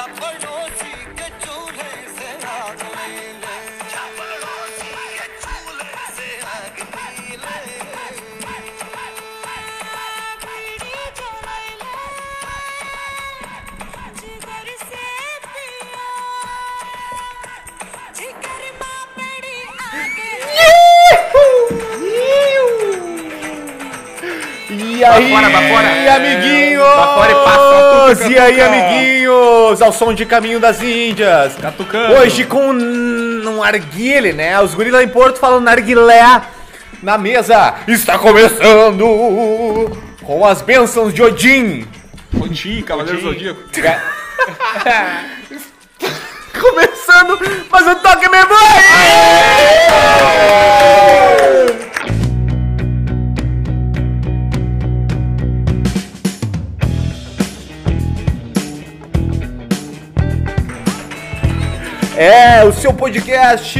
पड़ोसी के चूल्हे से आग मिले पड़ोसी के चूल्हे से आग मिले E aí, Bafora, bafora. É, amiguinhos? Bafora e passa, tuca, e aí, tuca. amiguinhos? Ao som de Caminho das Índias. Catucando. Hoje com um narguile, né? Os gorila em Porto falam narguilé na mesa. Está começando com as bênçãos de Odin. Oti, Cavaleiro Oti. Zodíaco. Começando, mas o toque me vai! É, o seu podcast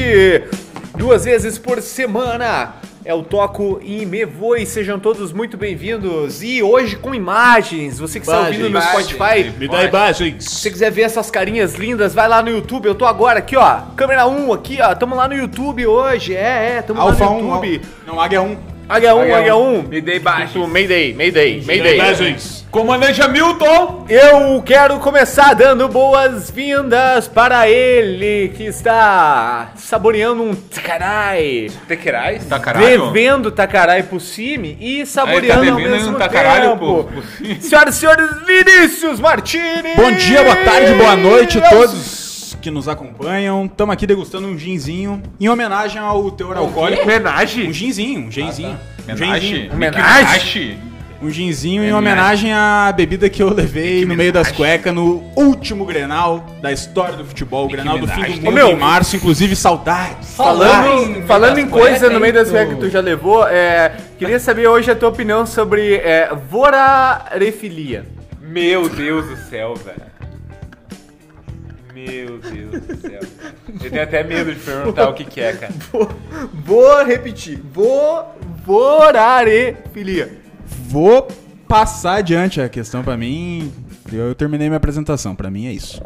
duas vezes por semana. É o Toco e Me Voi, sejam todos muito bem-vindos. E hoje com imagens, você que está ouvindo no Imagens. Spotify, Me dá se imagens. você quiser ver essas carinhas lindas, vai lá no YouTube. Eu tô agora aqui, ó. Câmera 1 aqui, ó. Tamo lá no YouTube hoje. É, é, tamo Alfa lá um, no 1. YouTube. Não, Águia 1. H1, H1. Me dei baixo. Tipo, Mayday, Mayday, Me dá imagens. Comandante Hamilton. Eu quero começar dando boas-vindas para ele que está saboreando um tacarai. Tequerais? Tá caralho. Devendo tacarai pro Cime e Ah, saboreando ele tá ao devendo mesmo um tacaralho tempo. pro- pro Cime. Senhoras e senhores, Vinícius Martini. Bom dia, boa tarde, boa noite a Eu todos. Que nos acompanham. Estamos aqui degustando um ginzinho em homenagem ao teor alcoólico. Um Homenagem? ginzinho, um ginzinho. Um Homenagem? ginzinho. Homenagem? Um ginzinho em homenagem à bebida que eu levei no meio das cuecas no último Grenal da história do futebol. O Grenal do fim homenagem. do Ô, mundo meu. em março, inclusive saudades. Falando, falando em das coisa cuecas, no meio das cuecas que tu já levou, é, queria saber hoje a tua opinião sobre é, vorarefilia. Meu Deus do céu, velho. Meu Deus do céu. cara. Eu tenho até medo de perguntar o que, que é, cara. Vou, vou repetir. Vou, vorarefilia. Vou passar adiante a questão pra mim. Eu, eu terminei minha apresentação, pra mim é isso.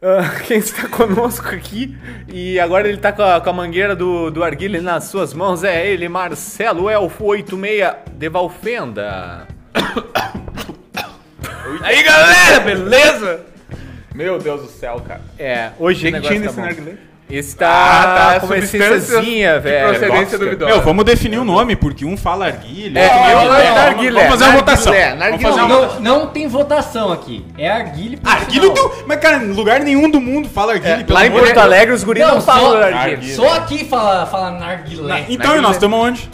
Ah, quem está conosco aqui e agora ele tá com a, com a mangueira do, do Arguile nas suas mãos é ele, Marcelo é Elfo 86 de Valfenda. Aí, galera, beleza? Meu Deus do céu, cara. É, hoje o Tem que tinha negócio tá nesse bom. narguilé? Esse tá Ah, tá, com uma substâncias essênciazinha, de velho. procedência Vodka. duvidosa. Meu, vamos definir o nome, porque um fala arguilha. Então, É, outro eu arguilha. gosto de arguilha. Vamos fazer uma Narguilé, votação. Vamos narguilé. fazer uma votação. Não, não tem votação aqui. É arguile por Arguilha sinal. do... Mas, cara, em lugar nenhum do mundo fala arguilha. pelo É, Lá em amor de Porto Deus. Alegre os guris não, Não, falam só, narguilé. só aqui fala, fala né? narguilé. Então, e nós estamos onde?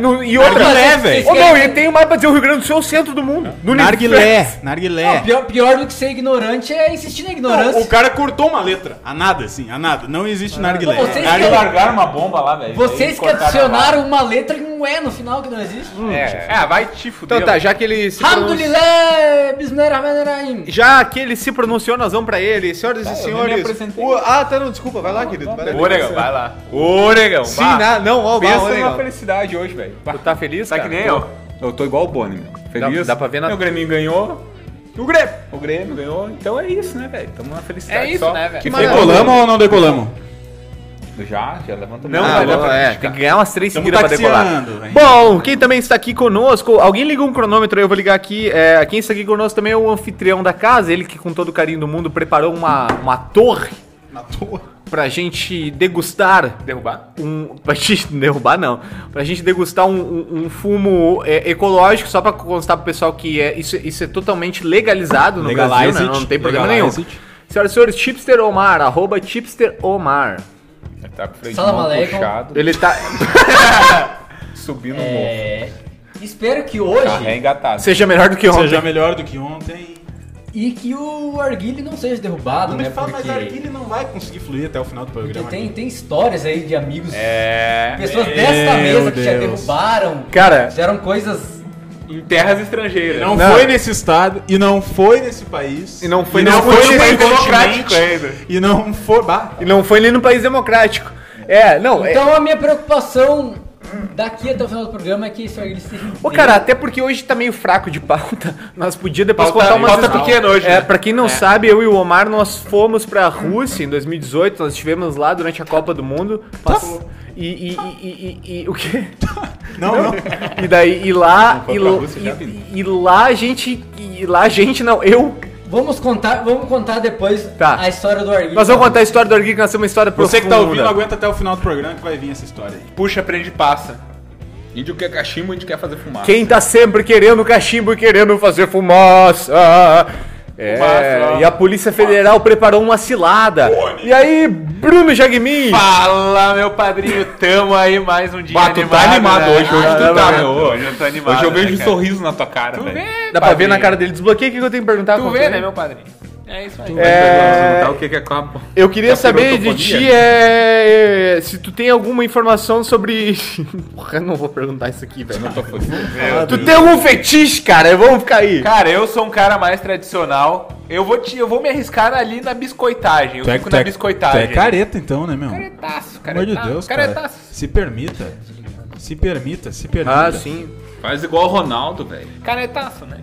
No- e outra né, Narguilé, Ô, velho. meu, e tem mais pra dizer o Rio Grande do Sul é o centro do mundo. No Narguilé. Narguilé. Não, É, pior, pior do que ser ignorante é insistir na ignorância. é Não, o cara cortou uma letra. A nada, sim, a nada. Não existe É. narguilé. Não, vocês Narguilé. Eles largaram uma bomba lá, velho. Vocês Eles que cortaram adicionaram uma letra e um E no final que não existe. a bala. É, ah, vai te fuder. Então tá, já que ele se pronunciou, Hamdulilé, bisnerahmanerahim. já que ele se pronunciou, nós vamos pra ele. Senhoras e nem me senhores. apresentei. o- ah, tá, não, desculpa, vai lá, querido. Vai lá. Ô, Oregão, vai lá. Ô, Oregão, Sim, vá. na- não, ó, o Pensa numa Oregão. felicidade hoje, velho. Tu tá feliz, Tá cara? que nem eu. Eu tô igual o Boni, meu. Feliz. dá pra ver na- O Grêmio ganhou. E o Grêmio? O Grêmio ganhou. Então é isso, né, velho? Tamo na felicidade. É isso, só. né, velho? Que Maravilha. decolamos. Decolamos ou não decolamos? Já, já levantou. Não, Ah, não, dá não, pra é, criticar. tem que ganhar umas três Tamo seguidas pra decolar. taxiando, velho. Bom, quem também está aqui conosco, alguém liga um cronômetro aí, eu vou ligar aqui. É, quem está aqui conosco também é o anfitrião da casa, ele que com todo o carinho do mundo preparou uma, uma torre pra gente degustar Derrubar? um. Pra gente derrubar, não. Pra gente degustar um, um- um fumo é, ecológico, só pra constar pro pessoal que é, isso, isso é totalmente legalizado no Legalize Brasil, né? it, Não tem problema legalize nenhum. it. Senhoras e senhores, Chipster Omar, arroba Chipster Omar. Tá com o freio de Salam mão aleikum. puxado, Ele tá. subindo o morro. É, espero que hoje Tá reengatado. Seja melhor do que ontem. Seja melhor do que ontem. e que o arguile não seja derrubado, Quando né? ele fala, Ah, mas Porque, arguilha não vai conseguir fluir até o final do porque programa. tem, tem histórias aí de amigos, É... pessoas desta Meu mesa que já Deus. derrubaram, Cara, fizeram coisas Em terras estrangeiras. Não, Não. foi nesse estado, e não foi nesse país. E não foi e nesse não foi país nesse democrático continente, ainda. E não foi. Bah, e não foi nem no país democrático. É, não, é- Então a minha Então, preocupação daqui até o final do programa é que esse Arguilho se Ô, cara, até porque hoje tá meio fraco de pauta. Nós podíamos depois Pauta- contar umas pauta histó- pequena hoje, É, né? pra quem não sabe, eu e o Omar, nós fomos pra Rússia em 2018. Nós estivemos lá durante a Copa do Mundo. Passou- E, e, e, e, e- o quê? Não, não. E daí, e lá, e, pra lo- Rússia, já, e, e lá a gente, e lá a gente, não, eu. Vamos contar, vamos contar depois Tá. a história do Arguilho. Nós vamos contar a história do Arguilho, que nós temos uma história profunda. Você que tá ouvindo, aguenta até o final do programa que vai vir essa história aí. Puxa, prende e passa. Índio quer cachimbo, índio quer fazer fumaça. Quem tá sempre querendo cachimbo e querendo fazer fumaça. É, Fumaça. e a Polícia Federal preparou uma cilada. E aí, Bruno Jagmin? Fala, meu padrinho, tamo aí mais um dia né? Ah, tu tá animado hoje, hoje tu tá, meu. Hoje eu tô animado. Hoje eu vejo né, um cara? sorriso na tua cara, Tu velho. vê, Dá pra ver na cara dele. Desbloqueia o que que eu tenho que perguntar. Tu pra vê, você? né, meu padrinho? É isso aí. É, Perguntar o que que é com a- eu queria Da saber de pirotoponia? ti é, é, se tu tem alguma informação sobre... Porra, eu não vou perguntar isso aqui, velho. Tu tem algum fetiche, cara? Vamos ficar aí. Cara, eu sou um cara mais tradicional. Eu vou te, eu vou me arriscar ali na biscoitagem. Eu fico na biscoitagem. é careta então, né, meu? Pelo Caretaço, amor de caretaço, Deus, cara. caretaço. Se permita. Se permita, se permita. Ah, sim. Faz igual o Ronaldo, velho. Canetaço, né?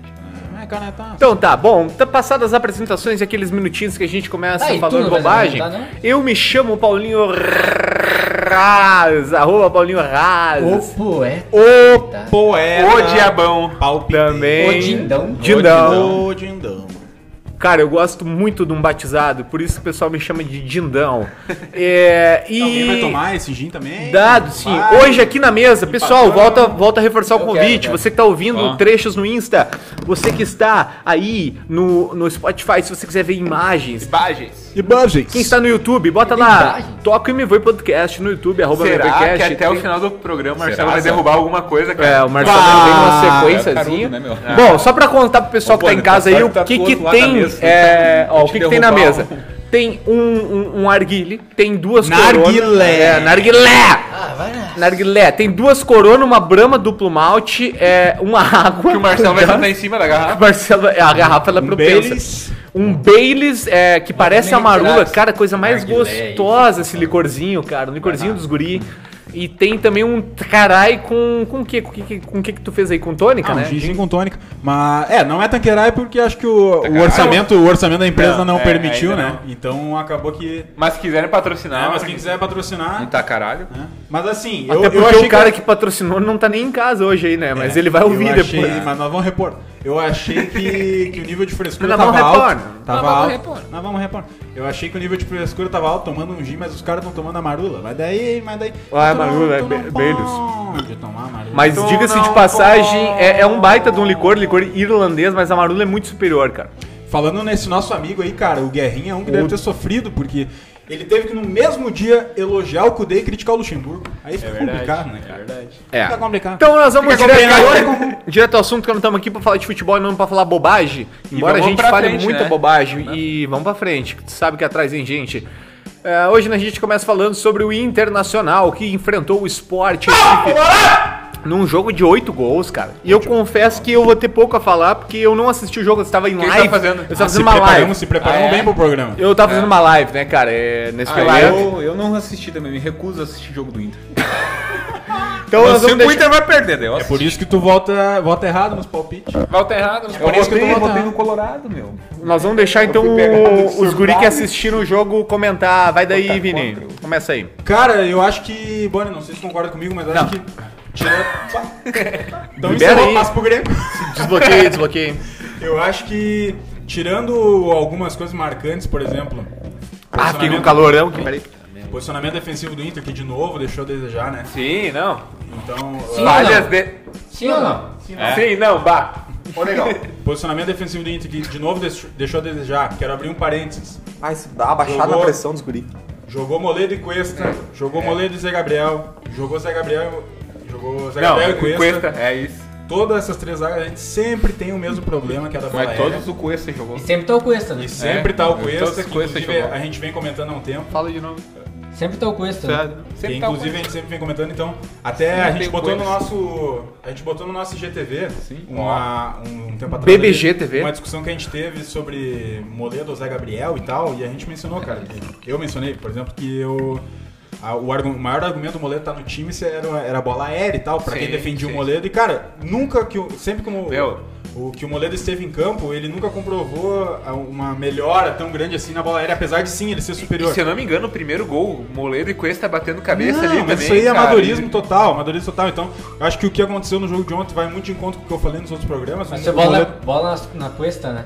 É canetaço. Então tá, bom, tá passadas as apresentações e aqueles minutinhos que a gente começa Tá, e tu falando não vai bobagem. apresentar, não? Eu me chamo Paulinho Raz, arroba Paulinho Raz. O poeta. O poeta. Ô, diabão. Palpiteiro. Também. O Dindão. Dindão. O dindão. Cara, eu gosto muito de um batizado, por isso que o pessoal me chama de Dindão. É, e. Alguém vai tomar esse gin também? Dado, sim. Vai. Hoje aqui na mesa, pessoal, volta, volta a reforçar o Eu convite. quero, você que tá ouvindo Ó. trechos no Insta, você que está aí no, no Spotify, se você quiser ver imagens, Bages. E budget. Quem está no YouTube, bota lá. Verdade. Toca o MV Podcast no YouTube, arroba Será que MVPodcast. até o Tem- final do programa o Marcelo Será, vai será? derrubar alguma coisa, cara? É, o Marcelo tem uma assim. sequenciazinha. É carudo, né, meu? Bom, só pra contar pro pessoal Ô, que tá em Bonner, casa aí, tá- o tá que do que outro lado da tem. mesa. É, ó, o que, Te que tem na derrubar, mesa? Tem um, um, um arguile, tem duas coronas. Narguilé. É, narguilé! Ah, vai lá. Narguilé, tem duas coronas, uma brama duplo malte, é, uma água. Que o Marcelo Então, vai sentar em cima da O garrafa. Marcelo, a garrafa ela é Um propensa. Baileys. Um Baileys é, que parece a nem marula. graça. Cara, coisa mais Narguilé, gostosa esse licorzinho, cara. Um licorzinho dos guri. E tem também um carai com com o que? Com o que, com o que que tu fez aí? Com tônica, Ah, um né? gin, gin com tônica. Mas, é, não é tanquerai porque acho que Tá o, o orçamento, o orçamento da empresa não, Não, é, permitiu, ainda né? Então acabou que... Mas se quiserem patrocinar, né, mas quem quiser patrocinar... Não tá caralho? né? Mas assim, então. Até porque o cara que... patrocinou não tá nem em casa hoje aí, né? Mas ele vai É, eu ouvir achei- depois. Ah. Mas nós vamos repor. Eu achei que, que o nível de frescura Nós tava vamos repor. alto. Tava alto. Nós vamos repor. Eu achei que o nível de frescura tava alto tomando um gin, mas os caras estão tomando a marula. Mas daí, mas daí. Ah, tu não- marula, tu é não be- Baileys. pode tomar marula. Então, Mas Tu diga-se de não passagem, é, é um baita de um licor, licor irlandês, mas a marula é muito superior, cara. Falando nesse nosso amigo aí, cara, o Guerrinha é um que deve ter sofrido, porque ele teve que no mesmo dia elogiar o Kudê e criticar o Luxemburgo. Aí fica complicado, né, cara? É verdade. É. Fica complicado. Então nós vamos Fica direto, complicado. agora, direto ao assunto, que nós estamos aqui pra falar de futebol e não pra falar bobagem. Embora a vamos gente pra fale frente, muita né? bobagem. E vamos pra frente, que tu sabe que atrás hein, gente. É, hoje a gente começa falando sobre o Internacional, que enfrentou o esporte num jogo de 8 gols, cara. E eu confesso que eu vou ter pouco a falar, porque eu não assisti o jogo, eu estava em que live. tá fazendo? Eu estava Ah, fazendo se uma live. preparamos, se preparamos bem pro programa. Eu tava fazendo uma live, né, cara? É, nesse Ah, momento. eu, eu não assisti também, me recuso a assistir jogo do Inter. Então nós um vamos deixar... vai perder, né? Eu É por isso que tu volta, volta errado nos palpites. volta errado. Não Por pode- isso que eu votei, tô votei votando no no Colorado, meu. Nós vamos deixar então fui pegado de o- os guri que surpresa. assistiram o jogo comentar. Vai daí, Botar Vini. contra. Começa aí. Cara, eu acho que. Boni, não sei se tu concorda comigo, mas eu acho que. Tira... então Libera encerrou, aí. passa pro Grêmio. Desbloqueei, desbloqueei. Eu acho que. Tirando algumas coisas marcantes, por exemplo. Ah, fiquei com um posicionamento- calorão aqui, peraí. Posicionamento defensivo do Inter, que de novo deixou a desejar, né? Sim, não. Então, Sim. Falhas não. de... É. Sim ou não? Sim, não, bah. posicionamento defensivo do Inter, que de novo deixou- deixou a desejar. Quero abrir um parênteses. Ah, isso dá uma baixada Jogou. na pressão dos guri. É. Jogou Moledo e Cuesta, jogou Moledo e Zé Gabriel, jogou Zé Gabriel, jogou Zé Não, Gabriel e com Cuesta. Cuesta, é isso. Todas essas três zagas a gente sempre tem o mesmo problema que é a da bola Mas aérea. todos o Cuesta jogou. E sempre tá o Cuesta, né? E sempre tá o todos Cuesta, os que Cuesta inclusive jogou. a gente vem comentando há um tempo. Fala de novo. Sempre tá o Cuesta. né? Sempre Que, tá inclusive a gente sempre vem comentando, então até a Sempre gente tem um o botou no Cuesta. nosso, a gente botou no nosso IGTV Sim. uma, um tempo atrás BBG ali, TV. uma discussão que a gente teve sobre Moledo, Zé Gabriel e tal, e a gente mencionou, cara, que- eu mencionei, por exemplo, que eu a- o, argu- o maior argumento do Moledo tá no time se era, era a bola aérea e tal, pra quem Sim, defendia sim. o Moledo. E, cara, nunca que o. Sempre que o, Meu. o- que o Moledo esteve em campo, ele nunca comprovou a- uma melhora tão grande assim na bola aérea, apesar de sim ele ser superior. E, se eu não me engano, o primeiro gol, Moledo e Cuesta batendo cabeça Não, ali mas também. isso aí é cara. amadorismo total, amadorismo total. Então, eu acho que o que aconteceu no jogo de ontem vai muito de encontro com o que eu falei nos outros programas. Mas O você bola, Moledo- bola na, na cuesta, né?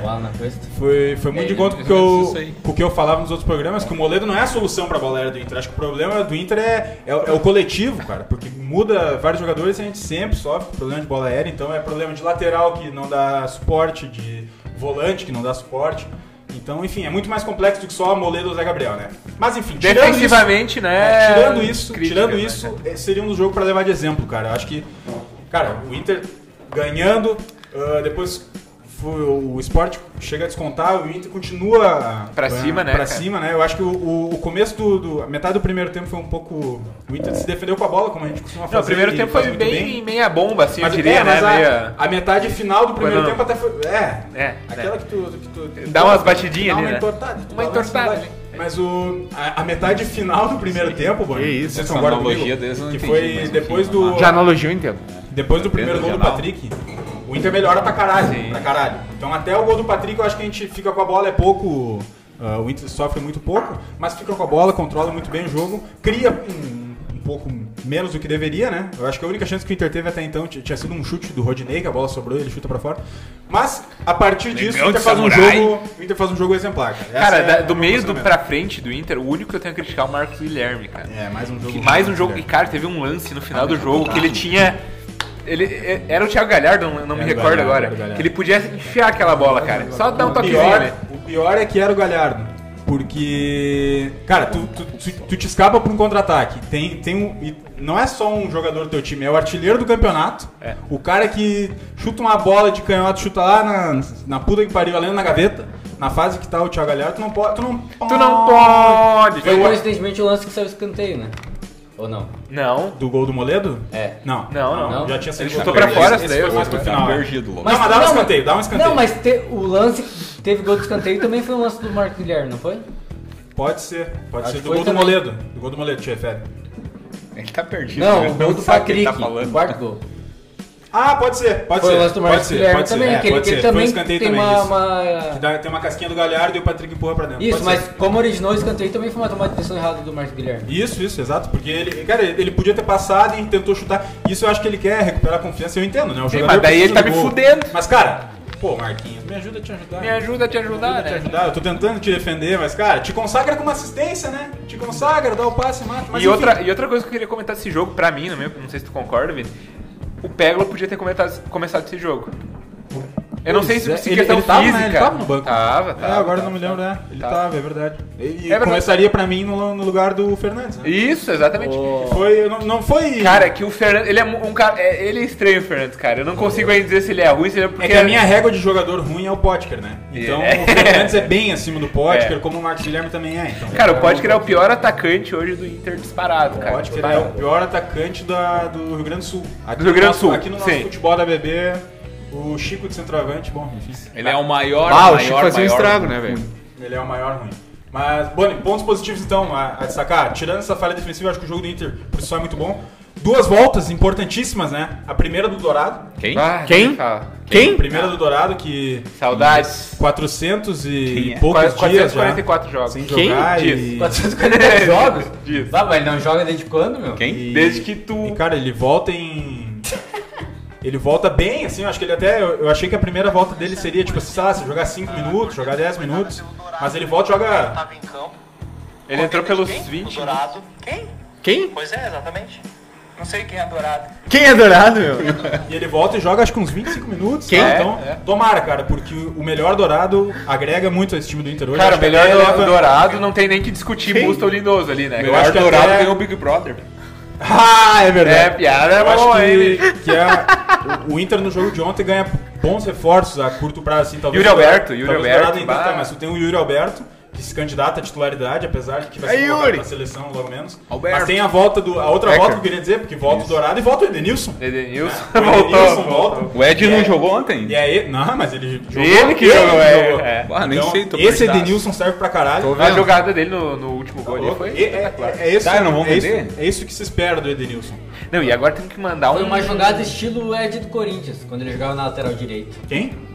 Bola na cuesta. Foi, foi muito É, de encontro com o que mais ou menos isso eu- aí. com o que eu falava nos outros programas, que o Moledo não é a solução pra bola aérea do Inter. Acho que o problema do Inter é, é, o- é o coletivo, cara, porque muda vários jogadores e a gente sempre sofre com problema de bola aérea, então é problema de lateral que não dá suporte, de volante que não dá suporte. Então, enfim, é muito mais complexo do que só Moledo ou Zé Gabriel, né? Mas enfim, tirando isso, Defensivamente, né? é, tirando isso, crítica, tirando né, isso, cara? é, seria um jogo pra levar de exemplo, cara. Eu acho que, cara, o Inter ganhando, ah, depois foi- o esporte chega a descontar, o Inter continua Pra ah, cima, né, Pra cara? cima, né? Eu acho que o, o- o começo do, do- a metade do primeiro tempo foi um pouco o Inter se defendeu com a bola, como a gente costuma fazer. Não, o primeiro e tempo faz foi muito bem, meia bomba, assim, Mas, eu diria, é, né? mas a, Meia... a metade final do primeiro Quando- tempo até foi. É, É, Aquela que tu, que tu- Dá umas batidinhas ali, dá uma né? entortada. tu Uma balança, entortada, bate. né? Mas o, a, a metade final do primeiro tempo, mano. Que isso, vocês essa concordam analogia comigo? deles eu não Que entendi, foi mas depois enfim, vamos do, Já analogia eu entendo. depois do primeiro Pedro gol do Jornal. Patrick. O Inter melhora pra caralho, pra caralho. Então até o gol do Patrick eu acho que a gente fica com a bola é pouco. ah, o Inter sofre muito pouco, mas fica com a bola, controla muito bem o jogo, cria um, um pouco menos do que deveria, né? Eu acho que a única chance que o Inter teve até então t- tinha sido um chute do Rodinei, que a bola sobrou e ele chuta pra fora. Mas a partir disso o Negão Inter, de faz um samurai. jogo, o Inter faz um jogo exemplar, cara. Essa Cara, é da- a do minha meio do posicionamento. pra frente do Inter, o único que eu tenho a criticar é o Marcos Guilherme, cara. É, mais um jogo. Que mais um jogo. E, cara, teve um lance no Ah, final do jogo que ele tá. tinha. Ele, é- era o Thiago Galhardo, não, não me Era o recordo Galhardo, agora. era o Galhardo. Que ele podia enfiar aquela bola, cara. Só dar um o, toquezinho pior, ali. o pior é que era o Galhardo. Porque, cara, tu, tu, tu- tu te escapa pra um contra-ataque. Tem, tem um, e não é só um jogador do teu time, é o artilheiro do campeonato. O cara que chuta uma bola de canhoto, chuta lá na, na puta que pariu, além na gaveta. Na fase que tá o Thiago Galhardo, tu não pode. Tu não, Tu não pode! É Foi velho. coincidentemente o lance que saiu escanteio, né? Ou não? Não. Do gol do Moledo? É. Não. Não, não. Já tinha sido Ele gol. chutou pra fora, Esse esse daí foi eu- mais pro Tá final. é. perdido logo. Não, mas dá um mas- escanteio, dá um escanteio. Não, mas te- o lance que teve gol de escanteio também foi o lance do Marco Guilherme, não foi? Pode ser, pode Acho ser que do foi gol do também. Moledo. Do gol do Moledo, te refere. Ele tá perdido. Não, né? o gol do sabe o que ele Patrick, tá o falando. quarto gol. Ah, pode ser, pode Foi ser. o lance do pode Marcos ser, Guilherme pode ser. também, é, que ele, pode que ser. ele Foi um também escanteio tem também, uma... isso. uma- Que dá- tem uma casquinha do Galhardo e o Patrick empurra pra dentro. Isso, Pode mas ser. como originou o escanteio também foi uma tomada de decisão errada do Marcos Guilherme. Isso, isso, exato. Porque ele, cara, ele podia ter passado e tentou chutar. Isso eu acho que ele quer recuperar a confiança, eu entendo, né? O jogador mas daí precisa ele tá do me gol. fudendo. Mas, cara, pô, Marquinhos, me ajuda a te ajudar. Me ajuda a te ajudar, Te né? ajudar, eu tô tentando te defender, mas cara, te consagra com uma assistência, né? Te consagra, dá o passe, mata. Mas E outra, e outra coisa que eu queria comentar desse jogo, pra mim, no meu, não sei se tu concorda, Vini, o Peglo podia ter comentado- começado esse jogo. Eu não sei se, Pois é, se ele- questão ele tava, né? física. Ele tava no banco. um Tava, É, tava, agora eu tava. não me lembro, né? Ele Tava. tava, é verdade. E verdade. começaria pra mim no, no lugar do Fernandes, né? Isso, exatamente. Foi, não, não foi. Cara, que o Fernando. Ele é mu- um cara. é- ele é estranho, o Fernando, cara. Eu não consigo ainda dizer se ele é ruim, se ele é porque. É que a minha régua de jogador ruim é o Potker, né? Então É. o Fernandes é bem acima do Potker, É. como o Marcos Guilherme também é. Então, Cara, o Potker é o pior atacante hoje do Inter disparado, o cara. Potker é o pior atacante da- do Rio Grande do Sul. Aqui tá Do Rio Grande no do nosso- Sul, Aqui no nosso sim. futebol da BB, o Chico de centroavante, bom, enfim, Ele é o maior. Ah, o maior, Chico fazia um maior estrago, né, velho? ele é o maior ruim. Mas, Boni, pontos positivos então a, a destacar. Tirando essa falha defensiva, eu acho que o jogo do Inter por si só é muito bom. Duas voltas importantíssimas, né? A primeira do Dourado. Quem? Ah, Quem? fala. A Quem? primeira do Dourado que... Saudades. 400 e Quem é? poucos Qua- dias já 444 jogos. sem Quem jogar diz? e... 440 jogos? Disso. Vá, mas ele não joga desde quando, meu? Quem? Desde que tu- e, cara, ele volta em. Ele volta bem, assim, eu acho que ele até. Eu eu achei que a primeira volta dele seria, tipo, assim, sei lá, se jogar 5 minutos, jogar 10 minutos. Mas ele volta e joga. Tava em campo. Ele entrou pelos né? Quem? 20. O Dourado. Quem? Quem? Pois é, exatamente. Não sei quem é Dourado. Quem é dourado, meu? E ele volta e joga acho que uns 25 minutos. Quem? tá? É, Então, tomara, cara, porque o melhor Dourado agrega muito a esse time do Inter hoje. Cara, o Acho que melhor até do leva- Dourado não tem nem que discutir Busto ou Lindoso ali, né? Melhor acho que Dourado até- ganhou o Big Brother. Ah, é É, verdade. piada é Eu acho boa, hein? que, que a- o o Inter no jogo de ontem ganha bons reforços a curto prazo, assim, talvez. Yuri Alberto, Yuri talvez é o Alberto, Dourado ainda bah. tá, mas tu tem o Yuri Alberto, que se candidata à titularidade, apesar de que vai É ser Yuri. na seleção logo menos. Alberto. Mas tem a volta do a outra Becker. volta que eu queria dizer, porque volta o Dourado e volta o Edenilson. Edenilson O Edenilson voltou. volta. O Ed não É. jogou ontem? E aí, não, mas ele jogou. Ele que jogou, é. é. Ah, nem Então, sei, tô esse perdidaço. Edenilson serve pra caralho. A jogada dele no, no último gol ali foi. E- é, é, isso, Tá, não vão é, isso, vender? é isso que se espera do Edenilson. Não, e agora tem que mandar um. Foi uma jogada estilo Ed do Corinthians, quando ele jogava na lateral direita. Quem?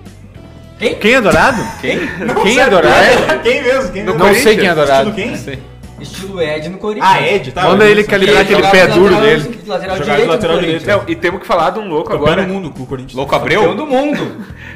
Quem? Quem é dourado? Quem? Quem é dourado? Quem mesmo? Quem Não, mesmo? não sei quem é dourado. Estilo quem? Estilo Ed no Corinthians. Ah, Ed, tá. Manda o ele Edenilson. calibrar aquele jogava pé de duro lateral- dele. de Lateral Jogava de direito do lateral Corinthians. direito. Não, e temos que falar de um louco Campeão agora. do mundo com o Corinthians. Louco Campeão do Abreu? mundo.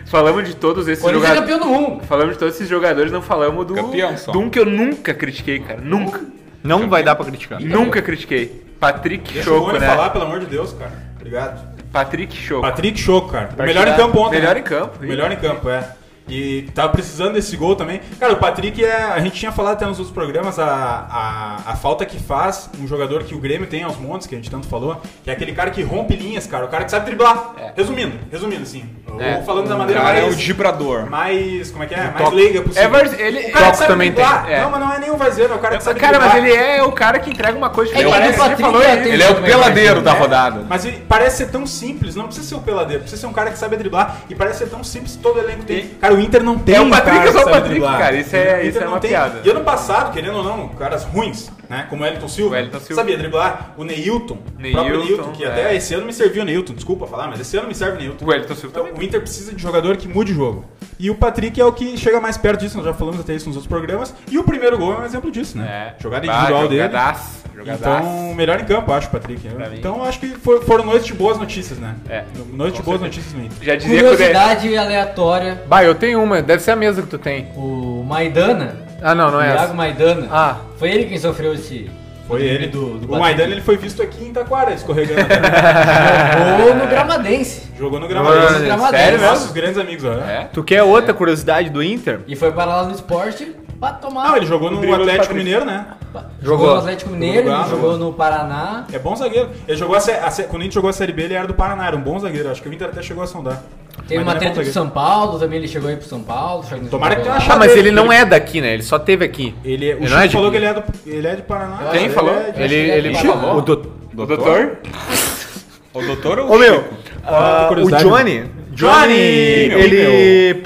Falamos de todos esses Corinthians é jogadores. campeão do mundo. Falamos de todos esses jogadores, não falamos do. Campeão só. de um que eu nunca critiquei, cara. Nunca. Não vai dar pra criticar. Nunca critiquei. Patrick Tá Deixa o Choco, Rony né? falar, pelo amor de Deus, cara. Obrigado. Patrick Choco. Patrick Choco, cara. O melhor em campo ontem. Melhor né? em campo. O melhor em campo, é. E tava precisando desse gol também. Cara, o Patrick, é, a gente tinha falado até nos outros programas a, a, a falta que faz um jogador que o Grêmio tem aos montes, que a gente tanto falou, que é aquele cara que rompe linhas, cara. O cara que sabe driblar. Resumindo, resumindo assim. É. Ou falando da maneira Cara, é É. o mais... vibrador. mais, como é que é? Mais leiga possível. É, mas ele- o cara Toco que sabe também driblar. tem, é. Não, mas não é nem o vazeiro, é o cara que sabe Cara, mas driblar. ele é o cara que entrega uma coisa É que diferente. o Patrick é isso. tem- né? Ele é o peladeiro da rodada. Mas ele- parece ser tão simples, não precisa ser o peladeiro, precisa ser um cara que sabe driblar e parece ser tão simples todo elenco tem. Cara, o Inter não tem É o um Patrick, cara é que só o sabe Patrick, driblar. cara, isso é- O Inter isso é não uma tem. piada. E ano passado, querendo ou não, caras ruins, né? Como o Elton Silva, O Wellington Silva. sabia driblar, o Neilton, o próprio Neilton, Neilton, que é. até esse ano me serviu o Neilton, desculpa falar, mas esse ano me serve o Neilton. O Wellington Silva Então, também. o Inter precisa de jogador que mude o jogo. E o Patrick é o que chega mais perto disso, nós já falamos até isso nos outros programas. E o primeiro gol é um exemplo disso, né? Jogada Bah, individual dele. Jogadaço. Jogadaço. Então, melhor em campo, acho, Patrick. mim. Então, acho que for- foram noites de boas notícias, né? É. Noites de Com boas certeza. notícias no Inter. Já dizia que Curiosidade aleatória. Bah, eu tenho uma. Deve ser a mesma que tu tem. O Maidana, Ah, não, não é Iago essa. Maidana, Ah. foi ele quem sofreu esse Foi ele. do- do Uhum. o Patrick. Maidana ele foi visto aqui em Itaquara, escorregando. até. gol no Gramadense. Jogou no Olha, gramado. sério mesmo? Nossos grandes amigos, ó. É. Tu quer outra curiosidade do Inter? E foi parar lá no esporte pra tomar. Não, ele jogou no Driblou do Atlético Patrick. Mineiro, né? Jogou Jogou. no Atlético Mineiro, Jogou no Galo. jogou no Paraná. É bom zagueiro. Ele jogou a, sé- a sé- quando a gente jogou a Série B, ele era do Paraná, era um bom zagueiro. Acho que o Inter até chegou a sondar. Maidana Teve uma é treta bom do zagueiro. São Paulo, também ele chegou aí pro São Paulo. chegou no Tomara que São tenha Paulo. Ah, mas ele não é daqui, né? Ele só teve aqui. Ele, o não é Chico de- falou que ele é, do, ele é de Paraná. Quem Ele falou? é de- Ele, Acho que ele é ele daqui. falou. O doutor. O doutor? O doutor ou Ô o meu, Chico? ah, o curiosidade. Johnny, Johnny, Johnny, ele Abraço pro Johnny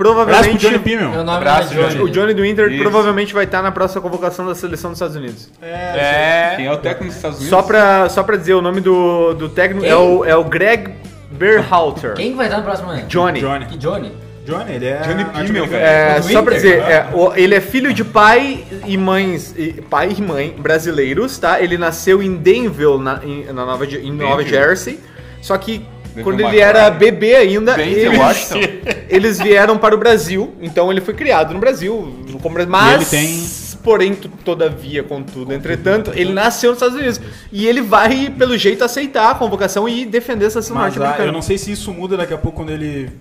provavelmente, Pimmel. Meu nome Abraço, não é Johnny. o Johnny do Inter Isso. provavelmente vai estar na próxima convocação da seleção dos Estados Unidos. É. Quem é o técnico dos Estados Unidos? Só pra, só pra dizer, o nome do, do técnico Quem? é o, é o Greg Berhalter. Quem que vai estar no próximo ano? Johnny. Johnny. Que Johnny? Johnny, ele é. Johnny norte-americano. Pimmel, velho. É, Do só pra Inter, dizer, né? é, o- ele é filho de pai e mães, e- pai e mãe brasileiros, tá? Ele nasceu em Danville, na, em, na Nova, Ge- em Nova Danville. Jersey. Só que Danville, é quando ele Macaé. era bebê ainda, Danville, eles, Washington. então. eles vieram para o Brasil. Então ele foi criado no Brasil. como- Mas, E ele tem- porém, tu- todavia, contudo, entretanto, ele nasceu nos Estados Unidos. E ele vai, pelo jeito, aceitar a convocação e defender essa seleção Mas ah, eu norte-americana. não sei se isso muda daqui a pouco quando ele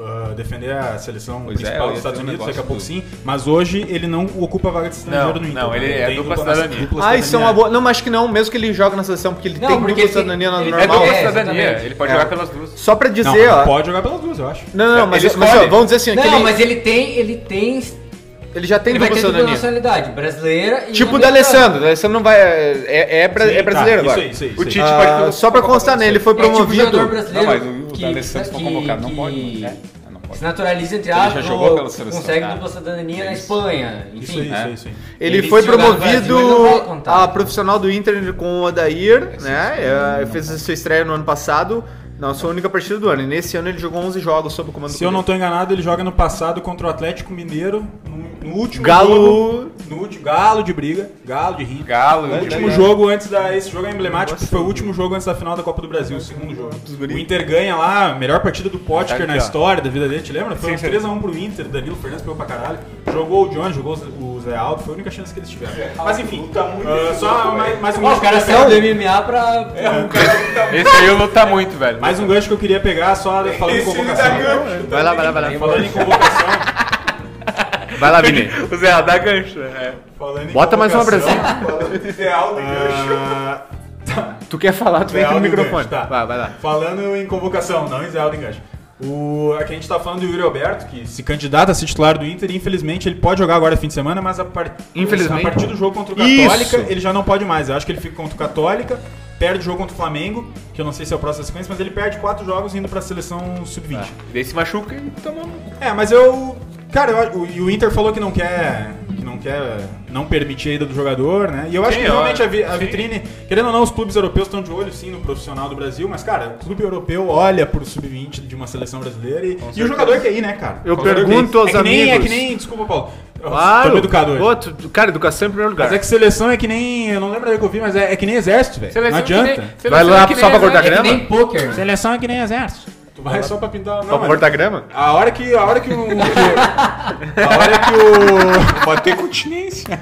ah, defender a seleção Pois é, principal eu dos ia Estados ter um Unidos, daqui a negócio pouco do- sim. Mas hoje ele não ocupa a vaga de Não, estrangeiro no Inter. né? não, ele é tem dupla dupla cidadania. dupla Ah, isso é uma cidadania. boa. Não, mas acho que não, mesmo que ele joga na seleção, porque ele Não, tem porque dupla ele tem- cidadania na ele- É normal. dupla É, cidadania. exatamente. Ele pode É. jogar pelas duas. Só pra Não, dizer, ó. pode jogar pelas duas, eu acho. Não, não, não, Ele mas, mas, ó, escolhe. vamos dizer assim, ó, que Não, ele, mas ele tem. Ele tem. Ele, ele já tem vai dupla ter dupla cidadania. nacionalidade, brasileira e. Tipo o da americana. Alessandro, o né? Alessandro não vai. É, é, bra- Sim, é brasileiro tá, agora. Isso aí, isso O aí. Isso Tite aí. Ah, pode. só pra constar, né? Ele foi É tipo o promovido. jogador brasileiro. Não, mas o, que- o da Alessandro foi que- convocado. Não que- pode, né? Ah, Não pode. Se naturaliza, entre Ele já aspas, jogou pela seleção. consegue Ah. dupla cidadania na Espanha. Isso Enfim. né? é. aí, isso aí, isso aí. Ele, Ele foi se jogar no promovido Brasil, ele não vai contar. a profissional do Inter com o Odair, né? É, fez a sua estreia no ano passado. Não, sua única partida do ano. E nesse ano ele jogou 11 jogos sob o comando Se do eu não Cudê. tô enganado, ele joga no passado contra o Atlético Mineiro, no, no último Galo- jogo- no último galo de briga, galo de rinha. Galo. O Né? Tá né? último jogo antes da. Esse jogo é emblemático, porque foi o último jogo antes da final da Copa do Brasil, o segundo jogo. O Inter ganha lá, a melhor partida do Tá Potker na história da vida dele, te lembra? Foi uns 3x1 pro Inter, Danilo Fernandes pegou pra caralho. Jogou o John, jogou o Zé Aldo, foi a única chance que eles tiveram. Mas enfim, ah, só mais, mais um Ó, os gancho É. caras que eu saiu do queria pegar. MMA pra. Esse aí eu luta muito, velho. Mais um gancho que eu queria pegar, só falando em convocação. Vai lá, vai lá, vai lá. Falando em convocação. Vai lá, Vini. O Zé Adá gancho. É. falando em Bota mais uma convocação, pressão. ah, Tu quer falar, tu vem aqui no Zé Aldo microfone. Enganche, tá. Vai, vai lá. Falando em convocação, não em Zé Aldo Enganche. O, aqui a gente tá falando do Yuri Alberto, que se candidata a ser titular do Inter, infelizmente ele pode jogar agora fim de semana, mas a, par- Infelizmente. a partir do jogo contra o Isso. Católica, ele já não pode mais. Eu acho que ele fica contra o Católica, perde o jogo contra o Flamengo, que eu não sei se é o próximo da sequência, mas ele perde quatro jogos indo pra seleção sub-20. Tá. Daí se machuca e toma. um- É, mas eu. Cara, eu- o, e o Inter falou que não quer. Que não quer. Não permitir a ida do jogador, né? E eu Sim, acho que realmente ó, a, vi- a sim. vitrine. Querendo ou não, os clubes europeus estão de olho, sim, no profissional do Brasil. Mas, cara, o clube europeu olha pro sub-20 de uma seleção brasileira e, e o jogador quer ir, né, cara? Eu O jogador pergunto quer ir. aos é que nem, É amigos. que nem. Desculpa, Paulo. Eu Claro. Tô me educado hoje. Outro, cara, educação em primeiro lugar. Mas é que seleção é que nem. Eu não lembro da que eu vi, mas é, é que nem exército, velho. Não adianta. Vai lá só pra cortar É que grama? nem pôquer. Seleção é que nem exército. Tu vai só pra pintar. Não, Só pra mas- cortar grama? a hora que. A hora que o. a hora que o. Pode ter continência.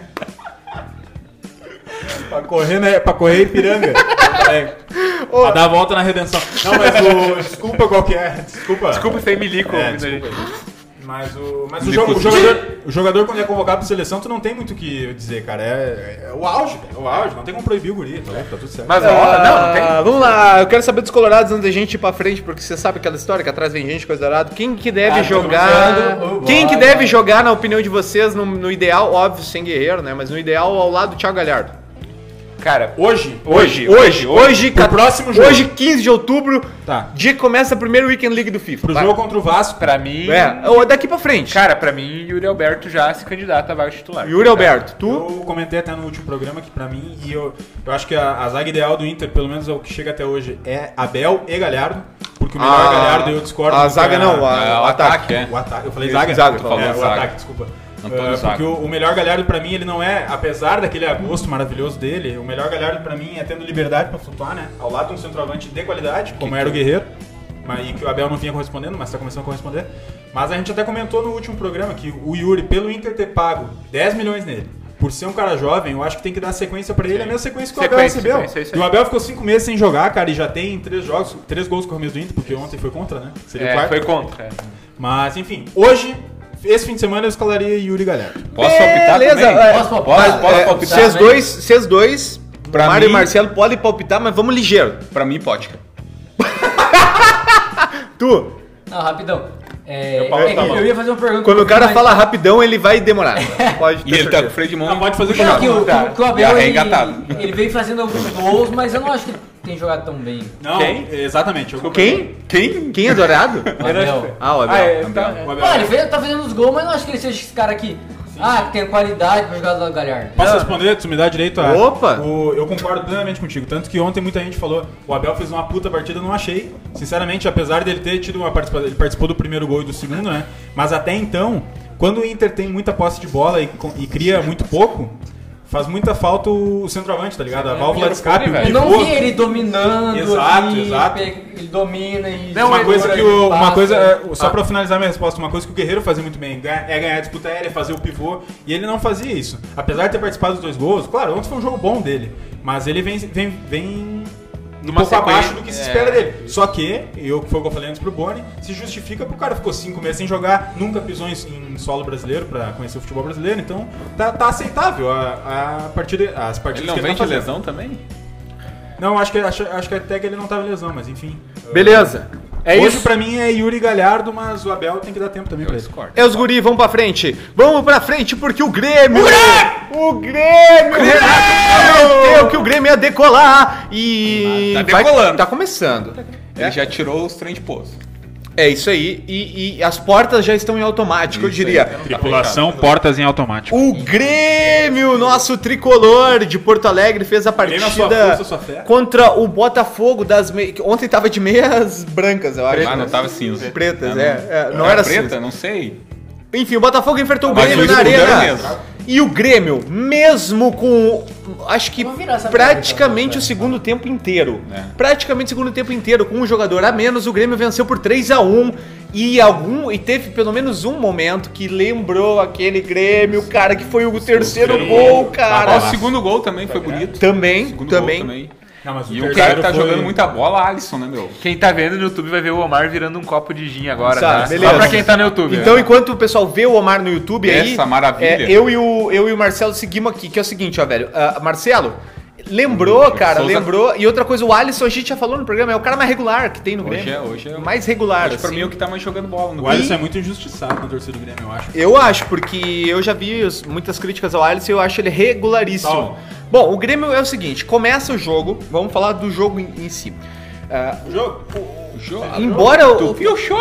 pra correr, né? Pra correr Ipiranga. É. Pra dar a volta na redenção. Não, mas o. Desculpa qual que é. Desculpa. Desculpa, você é milico É, ouvindo a gente. Mas o. Mas o, jogo- o jogador. O jogador, quando é convocado pra seleção, tu não tem muito o que dizer, cara. É, é o auge, velho. É o auge. Não tem como proibir o guri. Tá, louco, tá tudo certo. Mas a hora, não, não tem. Ah, vamos lá, eu quero saber dos colorados antes da gente ir pra frente, porque você sabe aquela história que atrás vem gente, coisa dourada. Quem que deve Ah, tô jogar? brincando. Quem que Bora. deve jogar, na opinião de vocês, no, no ideal, óbvio, sem guerreiro, né? Mas no ideal, ao lado do Thiago Galhardo. Cara, Hoje. hoje, Hoje, hoje, Pro cat- próximo jogo. hoje 15 de outubro, Tá. dia que começa a primeira Weekend League do FIFA. Pro Vai. jogo contra o Vasco. pra mim. É, ou daqui pra frente. Cara, pra mim, Yuri Alberto já se candidata a vaga de titular. Yuri Alberto, tu? Eu comentei até no último programa que pra mim, e eu, eu acho que a, a zaga ideal do Inter, pelo menos é o que chega até hoje, é Abel e Galhardo. Porque o melhor Ah, é Galhardo e eu discordo. a do que zaga não, a- é, o ataque. O ataque, eu falei Isso, zaga? zaga, É, falou o né? zaga. ataque, desculpa. Antônio É, Zaga. porque o, o melhor Galhardo pra mim, ele não é, apesar daquele agosto maravilhoso dele, o melhor Galhardo pra mim é tendo liberdade pra flutuar, né? Ao lado de um centroavante de qualidade, como era o Guerreiro, mas, e que o Abel não vinha correspondendo, mas tá começando a corresponder. Mas a gente até comentou no último programa que o Yuri, pelo Inter ter pago 10 milhões nele, por ser um cara jovem, eu acho que tem que dar sequência pra ele, a mesma sequência que o Abel Sequência, recebeu. sequência, é isso aí. E o Abel ficou 5 meses sem jogar, cara, e já tem 3 jogos, três gols com o Ramiz do Inter, porque ontem foi contra, né? Seria o É, quarto. foi contra. Mas, enfim, hoje, esse fim de semana, eu escalaria Yuri Galhardo. Posso palpitar Beleza, também? é. Posso palpitar? Posso, posso É, palpitar? Vocês né? dois, vocês dois, Pra Mário mim- e Marcelo, podem palpitar, mas vamos ligeiro. Pra mim, pode. cara. Tu? Não, rapidão. É, Eu pauso é que na mão. eu ia fazer uma pergunta. Quando o cara mas- fala rapidão, ele vai demorar. Pode E ele tá com o freio de mão. Não, pode fazer Não, é que o, com que o- que o Já Abel, ele, reengatado. ele vem fazendo alguns gols, mas eu não acho que ele tem jogado tão bem. Não, Quem? exatamente. Eu Quem? Quem? Quem é dourado? O Abel. ah, o Abel. O Abel. Ah, ele fez- tá fazendo os gols, mas eu não acho que ele seja esse cara aqui. Ah, que tem qualidade pra jogar do lado do Galhardo. Posso responder? Tu me dá direito a. Opa! O- eu concordo plenamente contigo. Tanto que ontem muita gente falou: o Abel fez uma puta partida, eu não achei. Sinceramente, apesar dele ter tido uma participação. Ele participou do primeiro gol e do segundo, né? Mas até então, quando o Inter tem muita posse de bola e, co- e cria muito pouco, faz muita falta o centroavante, tá ligado? A É, um válvula de escape, o Eu pivô. não vi ele dominando. Exato, ali, exato. pe- Ele domina e. Não, segura, uma coisa que ele o, uma passa. coisa é, só pra finalizar minha resposta uma coisa que o Guerreiro fazia muito bem ganha- é ganhar a disputa aérea fazer o pivô e ele não fazia isso apesar de ter participado dos dois gols claro ontem foi um jogo bom dele mas ele vem vem vem um Numa pouco sequência, abaixo do que se espera dele só que eu que foi o que eu falei antes pro Boni se justifica porque o cara ficou cinco meses sem jogar nunca pisou em, em solo brasileiro pra conhecer o futebol brasileiro então tá, tá aceitável a, a partida as Ele partidas não que vem ele de tá fazendo lesão também? não acho que acho, acho que até que ele não tava lesão mas enfim Beleza. É Hoje isso. pra mim é Yuri Galhardo, mas o Abel tem que dar tempo também pra ele. discordo. É os guri, vamos pra frente. Vamos pra frente porque o Grêmio... O Grêmio! O Renato prometeu que o Grêmio ia decolar e... Tá vai- decolando. Tá começando. Ele já tirou os trem de poço. É isso aí. E, e as portas já estão em automático, eu Isso aí, diria. então. não tá portas em automático. O Grêmio, nosso tricolor de Porto Alegre, fez a Grêmio, a partida sua força, a sua fé. contra o Botafogo das mei... Ontem tava de meias brancas, eu acho. Ah, não né? tava cinza. Pretas, Ah, não. é, é, não era preta, cinza. não sei. Enfim, o Botafogo enfrentou o Mas Grêmio o na Grêmio arena. mesmo. E o Grêmio, mesmo com acho que Vamos virar essa praticamente pergunta, o segundo tempo inteiro. É. Praticamente o segundo tempo inteiro, com um jogador a menos, o Grêmio venceu por 3 a 1 e algum e teve pelo menos um momento que lembrou aquele Grêmio, cara, que foi o terceiro gol, Ah, cara. o segundo gol também foi bonito. Também, Segundo gol também. Não, mas E o cara que tá jogando muito muita bola, Alisson, né, meu? Quem tá vendo no YouTube vai ver o Omar virando um copo de gin agora, Tá, tá? beleza. Só pra quem tá no YouTube. Então, né? enquanto o pessoal vê o Omar no YouTube aí. Essa maravilha. é, eu, e o, eu e o Marcelo seguimos aqui, que é o seguinte, ó, velho. Ah, Marcelo, Lembrou, cara, Hum, Souza- lembrou. E outra coisa, o Alisson, a gente já falou no programa, é o cara mais regular que tem no Hoje Grêmio. é- hoje é o- mais regular, Acho que pra assim. mim é o que tá mais jogando bola no O Alisson é muito injustiçado na torcida do Grêmio, eu acho. Eu acho, porque eu já vi os- muitas críticas ao Alisson e eu acho ele regularíssimo. Tal. Bom, o Grêmio é o seguinte, começa o jogo, vamos falar do jogo em, em si. Ah, O jogo? Ah, embora o,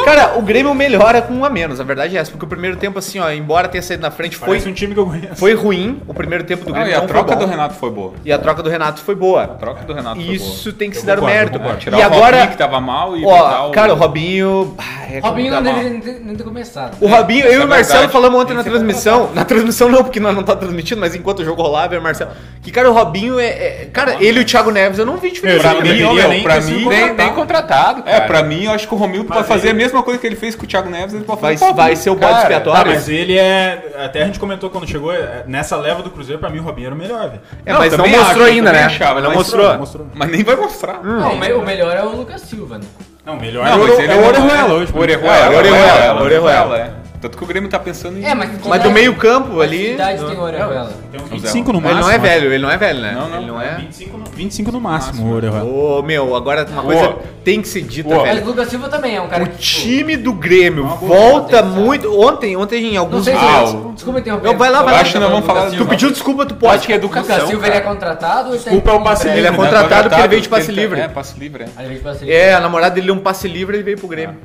Cara, o Grêmio melhora com um a menos, a verdade é essa, porque o primeiro tempo assim, ó, embora tenha saído na frente, foi, Parece um time que eu conheço. foi ruim, o primeiro tempo do Ah, Grêmio e a não troca foi bom. do Renato foi boa. E a troca do Renato foi boa. A troca do Renato Isso tem que Eu se dar o concordo, mérito. foi boa. É, tirar E o agora, Robinho, que tava mal e botar ó, cara, o Robinho, bah, é Robinho não complicado. deveria nem ter, nem ter começado. O Robinho, eu e É o Marcelo verdade. falamos ontem Tem na que ser transmissão. Na transmissão não, porque nós não tá transmitindo, mas enquanto o jogo rolava, eu e o Marcelo. Que, cara, o Robinho é. é- cara, ele e o Thiago Neves, eu não vi diferença. Pra Não mim, deveria ó, meu, nem pra ter sido mim, Nem, nem contratado, cara. É, pra mim, eu acho que o Romildo Mas pode fazer ele- a mesma coisa que ele fez com o Thiago Neves, ele pode Vai, fazer com o vai Robinho, ser o bode cara. Ah, expiatório. mas ele é. Até a gente comentou quando chegou, é, nessa leva do Cruzeiro, pra mim o Robinho era o melhor, velho. É, mas não também acho, mostrou eu ainda, também né? achava, não mas- mostrou. Mostrou. Mas nem vai mostrar. Hum. Não, o me- o melhor é o Lucas Silva, né? Não, melhor Não, é mas o, ele é o não- Orejuela hoje. O Orejuela, É, Orejuela, Orejuela, Orejuela. Orejuela, é. Tanto que o Grêmio tá pensando em... É, mas que Mas do idade- meio-campo mas ali. Que idade tem o Orejuela? Tem um uns Não, 25 no Ele máximo. não é velho, ele não é velho, né? Não, não. Ele não é. 25 no, 25 no máximo, o Orejuela. Ô, meu, agora uma coisa tem que ser dita, Uou. Mas velho. o Lucas Silva também é um cara O que. tipo, time do Grêmio volta muito. Ontem, ontem em Não alguns. sei se. Ah, eu- o- Desculpa interromper. Eu, vai lá, vai Eu lá. acho que nós vamos falar... Tu pediu desculpa, tu Eu acho pode. que é O Lucas educação, Silva ele é cara. contratado ou ele tá Desculpa, é o passe emprestado? Ele é Né, contratado porque ele veio de passe ele tá- livre. É, passe livre, é. Aí ele assim, vai pra É, a namorada dele deu um passe livre e ele veio pro Grêmio.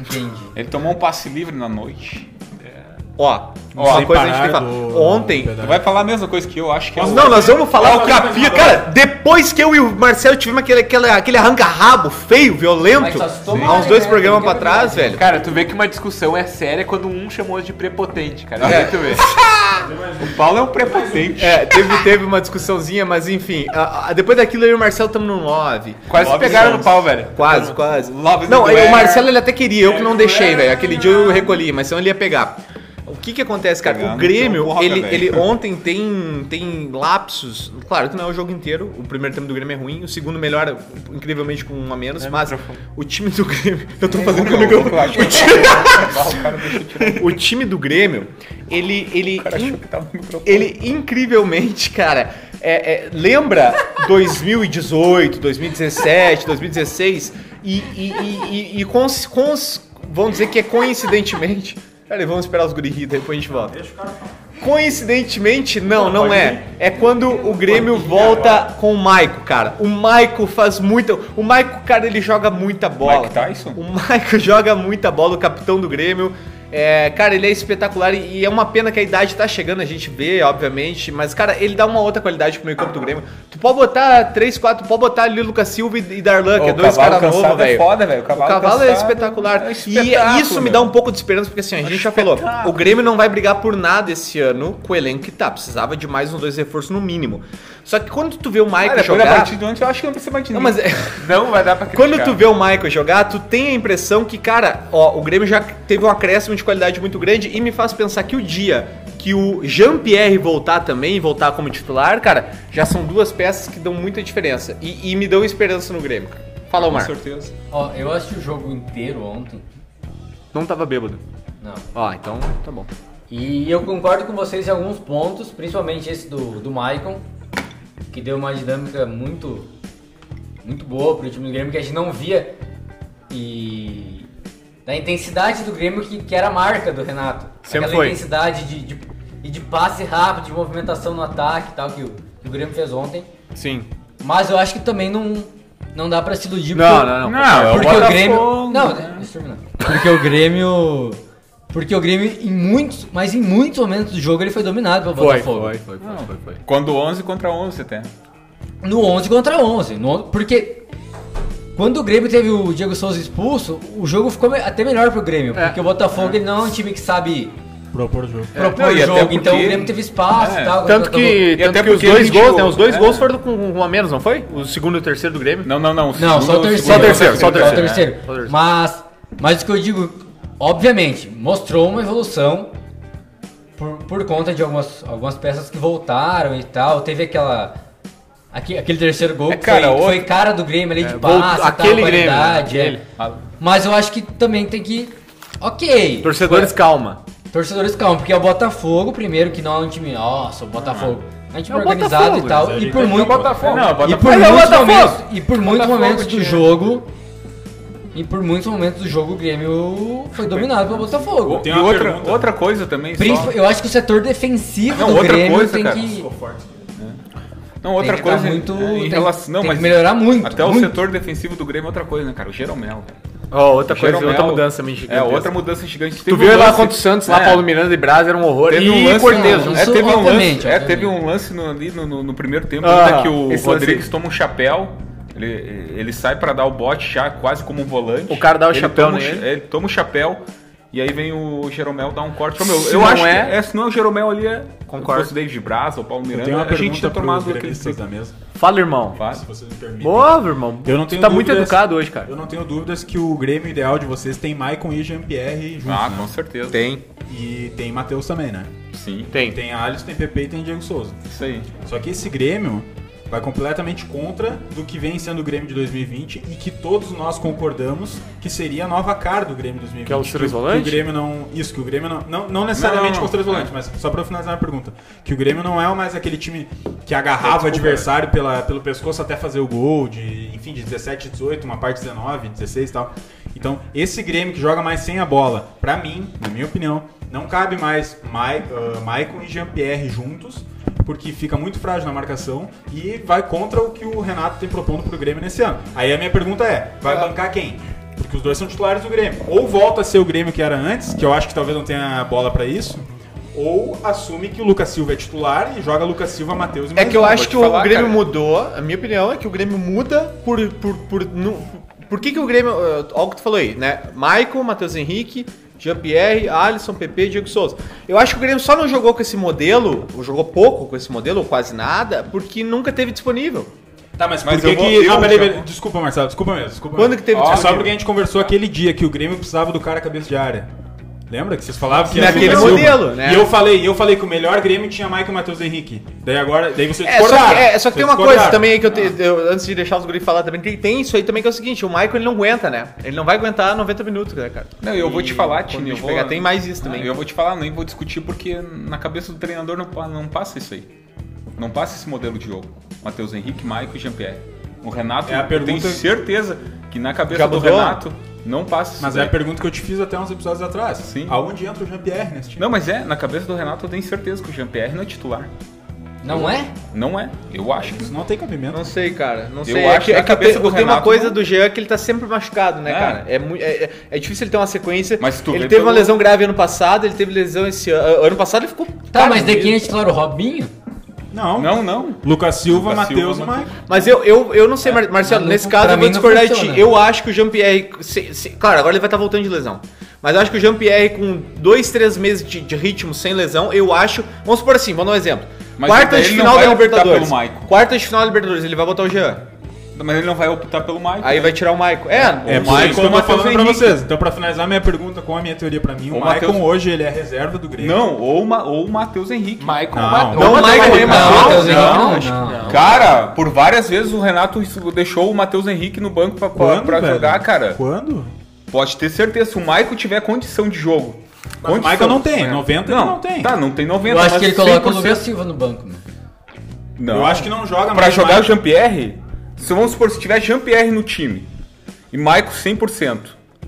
Entendi. Ele tomou um passe livre na noite. Ó, Ó, uma sem coisa a gente tem que parar falar. do- Ontem. Tu vai falar a mesma coisa que eu, acho que é o... É. Não, nós vamos falar É o o capia. Cara, depois que eu e o Marcelo tivemos aquele, aquele, aquele arranca-rabo feio, Mas violento, só se tomarem, há uns dois né? programas pra Ninguém trás, vai velho. Cara, tu vê que uma discussão é séria quando um chamou de prepotente, cara. Aí tu vê. O Paulo é um prepotente. É, teve, teve uma discussãozinha, mas enfim. a- a- depois daquilo, eu e o Marcelo estamos no 9. Quase Love pegaram songs. no pau, velho. Quase, quase. Love é- is Não, the eu- way. o Marcelo ele até queria, eu que não é. deixei, velho. Aquele dia eu recolhi, mas senão ele ia pegar. O que que acontece, cara? O Pegando, Grêmio, então, porra, ele, velho. ele ontem tem, tem lapsos. Claro que não é o jogo inteiro. O primeiro tempo do Grêmio é ruim, o segundo melhora incrivelmente com um a É, menos, mas o time do Grêmio. Eu tô fazendo com o Eu- microfone. eu acho que- O time do Grêmio, ele. ele in- que tava no microfone. ele incrivelmente, cara, é- é, lembra 2018, 2017, 2016 e, e, e, e, e cons- cons- vamos dizer que é coincidentemente. Peraí, vamos esperar os guris rir, depois a gente volta. Coincidentemente, não, não é. É quando o Grêmio volta com o Maico, cara. O Maico faz muita. O Maico, cara, ele joga muita bola. Mike Tyson? O Maico joga muita bola, o capitão do Grêmio. É, cara, ele é espetacular e e é uma pena que a idade tá chegando, a gente vê, obviamente. Mas, cara, ele dá uma outra qualidade pro meio campo do Grêmio. Tu pode botar 3, 4, pode botar ali Lucas Silva e e Darlan, que Ô, é dois o cavalo caras novos, cansado é velho. foda, velho. O O cavalo, cavalo é cansado espetacular. é um e espetáculo, isso me meu. dá um pouco de esperança, porque assim, a gente já falou, o Grêmio não vai brigar por nada esse ano com o elenco que tá. Precisava de mais uns dois reforços no mínimo. Só que quando tu vê o Michael Cara, depois da jogar. partida de ontem, eu acho que não precisa mais de Não, ninguém. mas é- Não vai dar pra quando criticar. tu vê o Michael jogar, tu tem a impressão que, cara, ó, o Grêmio já teve um acréscimo de qualidade muito grande e me faz pensar que o dia que o Jean-Pierre voltar também, voltar como titular, cara, já são duas peças que dão muita diferença e, e me dão esperança no Grêmio, cara. Fala, Com Omar. certeza. Ó, eu assisti o jogo inteiro ontem. Não tava bêbado. Não. Ó, então tá bom. E eu concordo com vocês em alguns pontos, principalmente esse do, do Maicon, que deu uma dinâmica muito, muito boa pro time do Grêmio que a gente não via. E da intensidade do Grêmio que, que era a marca do Renato. Sempre Aquela foi. intensidade de, de, e de passe rápido, de movimentação no ataque e tal, que o, que o Grêmio fez ontem. Sim. Mas eu acho que também não, não dá pra se iludir. Não, porque- não, não. Não, porque é o Grêmio. Não, deixa eu terminar. Porque o Grêmio. Porque o Grêmio, em muitos, mas em muitos momentos do jogo, ele foi dominado pelo Botafogo. foi, foi, foi, foi. Quando 11 contra 11 até. No 11 contra 11. no on- porque quando o Grêmio teve o Diego Souza expulso, o jogo ficou me- até melhor pro Grêmio. Porque o Botafogo ele não é um time que sabe Propor o jogo. propor É, Não, o e até jogo. porque- Então o Grêmio teve espaço É. e tal. Tanto que, E tanto até que os porque dois ele gols, jogou, né? Os dois é. gols foram com um a menos, não foi? O segundo e o terceiro do Grêmio. Não, não, não. o Não, segundo só o é terceiro. segundo. um Só o terceiro, só o Só o terceiro, terceiro. né? Só o terceiro. Mas, mas o que eu digo, obviamente, mostrou uma evolução por, por conta de algumas, algumas peças que voltaram e tal. Teve aquela. aque- aquele terceiro gol É, que, cara, foi, que outro- foi cara do Grêmio ali de gol- passe, e É, aquele tal, Grêmio, né? qualidade, é. Aquele. Mas eu acho que também tem que. Ok. Torcedores, calma. é Torcedores calma, porque é o Botafogo, primeiro, que não é um time. Nossa, o Botafogo. a gente É o organizado Botafogo, e tal. mas E ele por tem muito o Botafogo. Não, o e Botafogo por é o muitos Botafogo. momentos, e por muitos Botafogo momentos do tinha- jogo. E por muitos momentos do jogo o Grêmio foi dominado pelo Botafogo. Tem E uma outra, pergunta. outra coisa também, só- Principal- Eu acho que o setor defensivo Não, do outra Grêmio coisa, tem cara. que. Não, outra que tá coisa muito- em tem- relação, tem mas que melhorar muito, Até o muito. setor defensivo do Grêmio é outra coisa, né, cara? O Jeromel. cara. Ó, outra coisa, né, Jeromel- outra mudança meio É, gigantesca. outra mudança gigante. Tu Teve viu um ele lá lance- contra o Santos, lá É. Palmeiras e Braz era um horror. Teve um e lance, Cortez, não, né? é, Isso, teve um obviamente, lance, é, obviamente. teve um lance no, ali no, no- no primeiro tempo Ah, ainda que o esse Rodrigues lance. toma um chapéu. Ele, ele sai pra dar o bote já quase como um volante. O cara dá o Ele chapéu toma um nele. cha- Ele toma o chapéu e aí vem o Jeromel dar um corte. Ô, meu, Se eu não acho é- que é, se não é o Jeromel ali, é Concordo. se fosse o David Braz ou o Paulo Eu tenho Miranda, uma a gente pergunta tinha tomado pros aquele gremistas da mesa, Fala, irmão. Faz. se vocês me permitem. Boa, irmão. Eu não Tu tenho tá muito dúvidas- educado hoje, cara. Eu não tenho dúvidas que o Grêmio ideal de vocês tem Maicon e Jean-Pierre juntos, Ah, né? com certeza. Tem. E tem Matheus também, né? Sim. Tem. Tem Alisson, tem Pepe e tem Diego Souza. Isso aí. Só que esse Grêmio vai completamente contra do que vem sendo o Grêmio de 2020 e que todos nós concordamos que seria a nova cara do Grêmio de 2020. Que é os três que, o- volantes? Que o Grêmio não, isso, que o Grêmio não, não, não necessariamente Não, não, com os três não. volantes, mas só pra eu finalizar a pergunta, que o Grêmio não é mais aquele time que agarrava o adversário pela, pelo pescoço até fazer o gol, de, enfim, de 17, 18, uma parte 19, 16 e tal. Então, esse Grêmio que joga mais sem a bola, pra mim, na minha opinião, não cabe mais Ma ah, Maicon e Jean-Pierre juntos, porque fica muito frágil na marcação e vai contra o que o Renato tem propondo pro Grêmio nesse ano. Aí a minha pergunta é, vai bancar quem? Porque os dois são titulares do Grêmio. Ou volta a ser o Grêmio que era antes, que eu acho que talvez não tenha bola pra isso, ou assume que o Lucas Silva é titular e joga Lucas Silva, Matheus e É que eu Marcelo. acho te que o falar, Grêmio cara. mudou. A minha opinião é que o Grêmio muda por. por, por, nu- por que, que o Grêmio. eh, Olha o que tu falou aí, né? Michael, Matheus Henrique, Jean-Pierre, Alisson, PP, Diego Souza. Eu acho que o Grêmio só não jogou com esse modelo, ou jogou pouco com esse modelo, ou quase nada, porque nunca teve disponível. Tá, mas, Mas por que eu vou- que... eu Não, peraí, vou- peraí. Desculpa, Marcelo. Desculpa mesmo. Desculpa Quando mesmo. que teve Ó, discussão? Só porque a gente conversou aquele dia que o Grêmio precisava do cara cabeça de área. Lembra que vocês falavam que era Naquele Lucas Silva? modelo, né? E eu falei, eu falei que o melhor Grêmio tinha Maicon e Matheus Henrique. Daí agora, daí vocês É, só que, discordaram. é, só que tem Vocês uma coisa discordaram. também aí que eu, Ah. te- eu- antes de deixar os guris falar também, tem, tem isso aí também que é o seguinte, o Michael ele não aguenta, né? Ele não vai aguentar 90 minutos, né, cara? Não, eu vou te falar, Tini. eu eu vou- pegar, tem mais isso também. Ah, Eu vou te falar, nem vou discutir, porque na cabeça do treinador não, pa- não passa isso aí. Não passa esse modelo de jogo. Matheus Henrique, Maico e Jean-Pierre. O Renato, É a pergunta- eu tenho certeza que na cabeça Já do mudou? Renato não passa isso Mas é daí. a pergunta que eu te fiz até uns episódios atrás. Sim. Aonde entra o Jean-Pierre nesse time? Não, mas é, na cabeça do Renato eu tenho certeza que o Jean-Pierre não é titular. Não é? Não é, eu acho. Isso não tem cabimento. Não sei, cara. Não Eu sei. é acho que, que é a que cabeça tem, do tem uma Renato coisa não- do Jean que ele tá sempre machucado, né, É. cara? É, mui- é, é- é difícil ele ter uma sequência. Mas tu ele vê teve uma pelo- lesão grave ano passado, ele teve lesão esse ano. Ano passado ele ficou. Tá, cara, mas de ele- quem é titular o Robinho? Não. Não, não. Lucas Silva, Lucas Matheus e Silva, Maicon. Mas eu, eu, eu não sei, Mar- Marcelo, mas É, não- nesse caso pra eu vou mim não discordar de ti. funciona. Eu acho que o Jean-Pierre. se- se- Claro, agora ele vai estar voltando de lesão. Mas eu acho que o Jean-Pierre, com dois, três meses de, de ritmo sem lesão, eu acho. Vamos supor assim, vamos dar um exemplo. Mas Quartas daí de ele não final da vai optar Libertadores. pelo Maicon. Quartas de final da Libertadores, ele vai botar o Jean. Mas ele não vai optar pelo Maico. Aí vai tirar o Maicon. É, É, O por Maicon isso que eu tô Matheus falando pra Henrique. vocês. Então, pra finalizar minha pergunta com a minha teoria pra mim, o, O Maicon Matheus- hoje ele é reserva do Grêmio. Não, ou, Ma- ou o Matheus Henrique. Maicon, Não, Matheus- não, ou Matheus Maicon, Henrique, não, não, Matheus Henrique, é não, acho que não. Cara, por várias vezes o Renato isso- deixou o Matheus Henrique no banco pra, pra- Quando, pra velho? jogar, cara. Quando? Pode ter certeza, se o Maicon tiver condição de jogo. Mas o condição- Maicon não tem, 90 ele não tem. Tá, né? não tem 90, Eu acho mas que ele coloca o 100%. Lucas Silva no banco, mano. Não. Eu acho que não joga Pra mais jogar o Maicon. Jean-Pierre, se vamos supor, se tiver Jean-Pierre no time e Maicon 100%,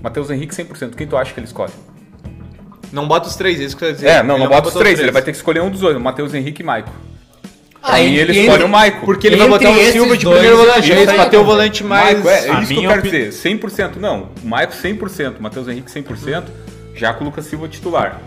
Matheus Henrique 100%, quem tu acha que ele escolhe? Não bota os três, é isso que eu ia dizer. É, não, Ele um não bota os botou três, ele vai ter que escolher um dos dois, Matheus Henrique e Maicon. Ah, e ele escolhe o Maicon. Porque ele vai Entre botar o esses Silva de dois, primeiro ele volante, já aí tá vai ter o indo. volante mais. Maicon, é, a é isso que minha eu quero opi- dizer. 100%, não. O Maicon 100%, o Matheus Henrique 100%, já com o Lucas Silva titular.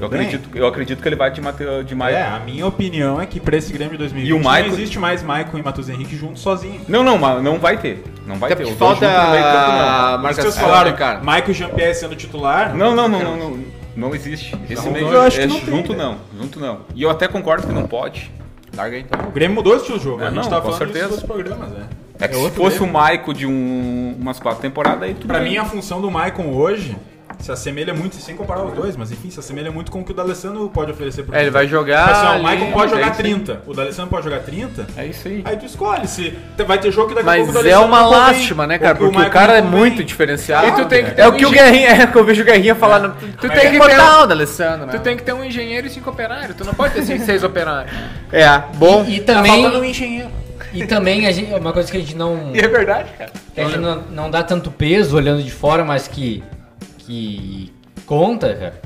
Eu bem. acredito, eu acredito que ele vai de, Mate- de Maicon. É, a minha opinião é que pra esse Grêmio de 2020 E o Maicon- não existe mais Maicon e Matheus Henrique juntos sozinho. Não, não, mas não vai ter. Não vai Até ter. porque Os dois falta é juntos no meio campo, a não. Mas vocês marcação, falaram, né, cara. Maicon e Jean-Pierre sendo titular. Não, não, não, não, não, não existe. Esse Não, meio eu acho que é, não tem, junto né? não, junto não. E eu até concordo que não pode. Larga aí, então. O Grêmio mudou o estilo de jogo. É, a gente não, tava com falando certeza. disso nos programas, né? É que se fosse o Maicon de um- umas quatro temporadas aí tudo Pra bem. mim, a função do Maicon hoje se assemelha muito, sem comparar os dois, mas enfim, se assemelha muito com o que o D'Alessandro pode oferecer pro É, ele vai jogar Tipo assim, ó, o ali, né, Michael pode é jogar isso aí. 30, o D'Alessandro pode jogar 30. É isso aí. Aí tu escolhe se vai ter jogo que daqui a pouco o Mas é D'Alessandro uma não convém, lástima, né, cara? ou que Porque o Michael cara é não convém. muito diferenciado. E tu tem que ter é um o que o engenheiro. Guerrinha, é o que eu vejo o Guerrinha falar no. Tu tem que ter botar um- o D'Alessandro, né? Tu tem que ter um engenheiro e cinco operários. Tu não pode ter cinco, seis operários. É, bom. E, e Tá também, engenheiro. e também a gente, uma coisa que a gente não. um E é verdade, cara. que a gente não, não dá tanto peso olhando de fora, mas que, que conta, cara,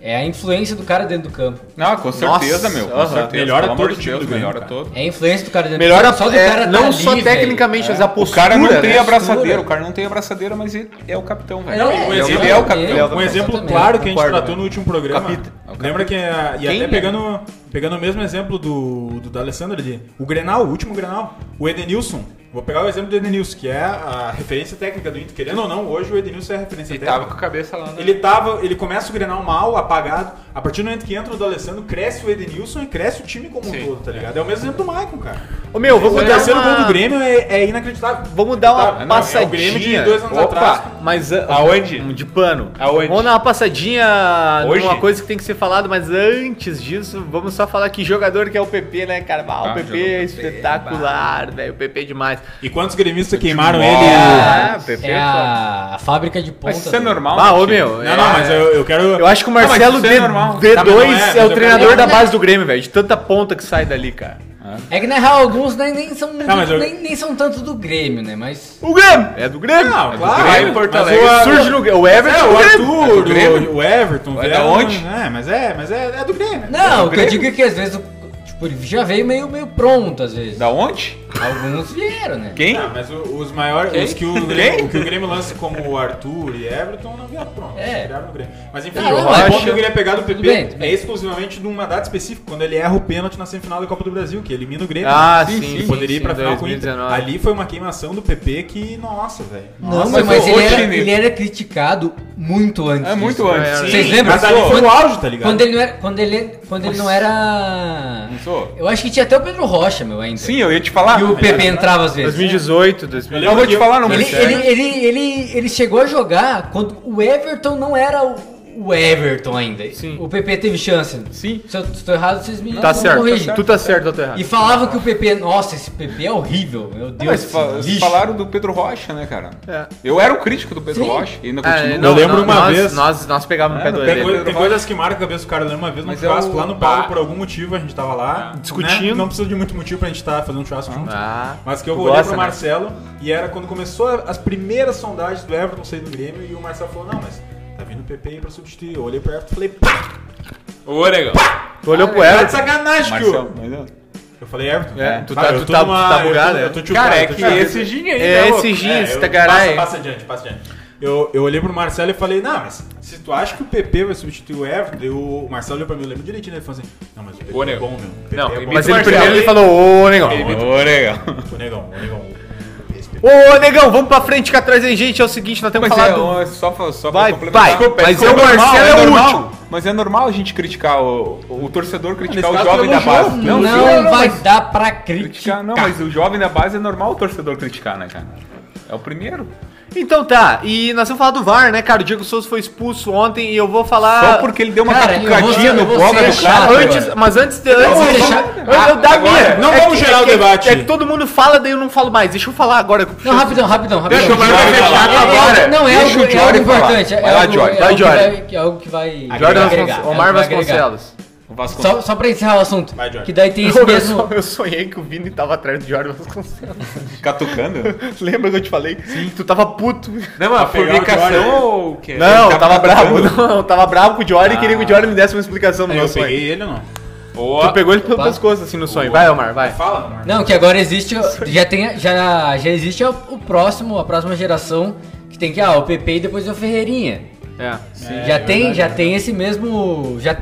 é a influência do cara dentro do campo. Não, com certeza, meu. Com aham. certeza. Melhora pelo amor todo de o time Deus, do Grêmio, melhora cara. todo. É a influência do cara dentro do Melhora campo. Só do é, cara tá não ali, só velho. tecnicamente, mas a O postura. cara não tem né? abraçadeira, o cara não tem abraçadeira, mas ele é o capitão, velho. Não, é, ele, é, ele o capitão. é o Um exemplo Exatamente. claro que a gente Concordo, tratou no último programa. Capita. É o capita. Lembra que, a- e Quem é? até pegando, pegando o mesmo exemplo do, do D'Alessandro ali, o Grenal, o último Grenal, o Edenilson. Vou pegar o exemplo do Edenilson, que é a referência técnica do Inter. Querendo ou não, hoje o Edenilson é a referência Ele técnica. tava com a cabeça lá no... Ele tava, ele começa o Grenal mal, apagado. A partir do momento que entra o D'Alessandro, cresce o Edenilson e cresce o time como um Sim. todo, tá ligado? É o mesmo exemplo do Maicon, cara. Ô meu, vamos O dar terceiro gol do uma, Grêmio é, é inacreditável. vamos dar uma Não, É o Grêmio de passadinha. dois anos Opa. atrás. Mas a- Aonde? um De pano. Aonde? Vamos dar uma passadinha Hoje? numa coisa que tem que ser falado, mas antes disso, vamos só falar que jogador que é o PP, né, cara? Ah, o Ah, PP jogador é espetacular, velho. O PP é demais. E quantos gremistas queimaram Nossa. ele? Ah, PP É a, a fábrica de ponta. Mas isso é do- normal. Ah, né, ô time? meu. Não, não, mas eu, eu quero. Eu acho que o mas Marcelo isso é D, normal. D2 Tá, mas não é, mas é, o eu- treinador eu- da eu- base do Grêmio, velho. De tanta ponta que sai dali, cara. É que na real alguns né, nem são muito- Não, mas eu- nem, nem são tanto do Grêmio, né? Mas O Grêmio! É do Grêmio! Não, é claro. Grêmio, Porto mas Alegre. o Ar- Surge no Grêmio. O Everton É, do o Grêmio. Arthur, do Grêmio? o- o Everton. Vai Vera, da onde? É, mas é, mas é, é do Grêmio. não, o que eu Grêmio? digo é que às vezes o- tipo, ele já veio meio meio pronto às vezes. Da onde? Alguns vieram, né? Quem? Não, mas o- os maiores, Quem? os que o, Quem? Grêmio, o que o Grêmio lança como o Arthur e Everton não vieram pronto, É. viraram no Grêmio. Mas enfim, Não, o não, ponto acho- que eu queria pegar do PP Tudo bem, tudo bem. é exclusivamente de uma data específica, quando ele erra o pênalti na semifinal da Copa do Brasil, que elimina o Grêmio. Ah, né? sim, E sim, poderia ir sim, pra final com o Inter. 2019. Ali foi uma queimação do PP que, nossa, velho. Não, mas mas, o- o ele, era, time- ele era criticado muito antes. É muito disso. antes. Sim, Vocês lembram? Mas ali foi Quando- o auge, tá ligado? Quando ele não era. Quando ele, quando ele não era. Pensou? Eu acho que tinha até o Pedro Rocha, meu, ainda. Sim, eu ia te falar. E o PP entrava às vezes. 2018, Eu 2018. lembro Eu vou te que- falar, não Ele, percebe. ele, ele, ele, ele chegou a jogar quando o Everton não era o, o Everton ainda. Sim. O PP teve chance. Sim. Se eu estou errado, vocês me Tá me certo. corrigem. Tu tá certo, eu tô errado. E falava que o PP. Nossa, esse PP é horrível. Meu Não, Ah, mas Deus. fa- esse vocês lixo. falaram do Pedro Rocha, né, cara? É. Eu era o crítico do Pedro Sim. É, Rocha e ainda Ah, continuo. não, Eu lembro não, uma nós, vez- Nós, nós pegávamos no pé Ah, não, do Tem, pegou- Lele. coi- tem coisas que marcam a cabeça do cara. Eu lembro uma vez num Mas é churrasco o- lá no Paulo, Ah. por algum motivo, a gente tava lá. Discutindo. né? Não precisa de muito motivo pra gente estar fazendo churrasco junto. Ah. Mas que eu Tu olhei gosta, pro né? Marcelo e era quando começou a- as primeiras sondagens do Everton sair do Grêmio e o Marcelo falou: Não, mas tá vindo o PP aí pra substituir. Eu olhei pro Everton e falei: Pá, Ô, legal. Tu olhou pro tá de Everton. sacanagem, Marcelo, tio. mas eu- Eu falei: Everton, É, tu cara, tá- eu tu tô tá- numa- tu tá bugado, eu é? tô- eu tô tiltado, Cara, é eu tô que tiltado. esse gin aí, É né, louco? esse jeans, eu- tá passa, caralho. passa adiante, passa adiante. Eu, eu olhei pro Marcelo e falei, não, mas se tu acha que o PP vai substituir o Everton, daí o Marcelo olhou pra mim, eu lembro direitinho, ele falou assim, não, mas o PP Ô, é nego. bom, meu. O PP Não, é bom. imita Mas o ele Marcelo. primeiro ele falou, ô negão. Ô, legal. O negão, o negão. esse PP. Ô negão, vamos pra frente que atrás da gente é o seguinte, nós temos Mas que falar é, do. ó, só, fa- só Vai, pra complementar. vai. Desculpa, Mas desculpa, o Marcelo é o normal. último. Mas é normal a gente criticar o, o torcedor criticar nesse o caso, jovem da pelo base. jogo. Não, vai mas dar pra criticar. criticar, não, mas o jovem da base é normal o torcedor criticar, né, cara? É o primeiro. Então tá, e nós vamos falar do VAR, né, cara? O Diego Souza foi expulso ontem e eu vou falar. Só porque ele deu uma Ah, cara, eu catucadinha vou- no eu vou boga ser do cara. chato Antes, antes, mas antes de. Antes vamos de deixar- eu, eu, dá Agora, minha. não É vamos que- gerar é o que- debate. É que todo mundo fala, daí eu não falo mais. Deixa eu falar agora. que eu puxei Não, rapidão, rapidão, rapidão. Deixa o Jordan É- falar é- agora. Não, é algo, Deixa o é algo Jordan falar. importante. É Vai lá, algo, Jordan. é Vai, algo que Jordan. vai- que é algo que vai. Jordan agregar, Vasconcelos. é algo Omar que vai agregar. Vasconcelos. o Vasco. Só, só pra encerrar o assunto. Vai, Jordan. que daí tem esse Eu, mesmo. eu, sonhei que o Vini tava atrás do Jordan Vasconcelos. Catucando? Lembra que eu te falei? Sim. Tu tava puto. Não, mas a pegar o publicação Jordan. ou o quê? Não, eu tava tava bravo. Não, eu tava bravo com o Jordan e queria que o Jordan me desse uma explicação no Aí meu eu sonho. peguei ele ou não? Tu pegou ele pelo Opa. pescoço, assim, no sonho. Vai, Omar, vai. Fala, Omar. Não, que agora existe. Já, tem, já, já existe o, o próximo, a próxima geração que tem que. Ah, o PP e depois o Ferreirinha. É. já tem, já tem esse mesmo. Já,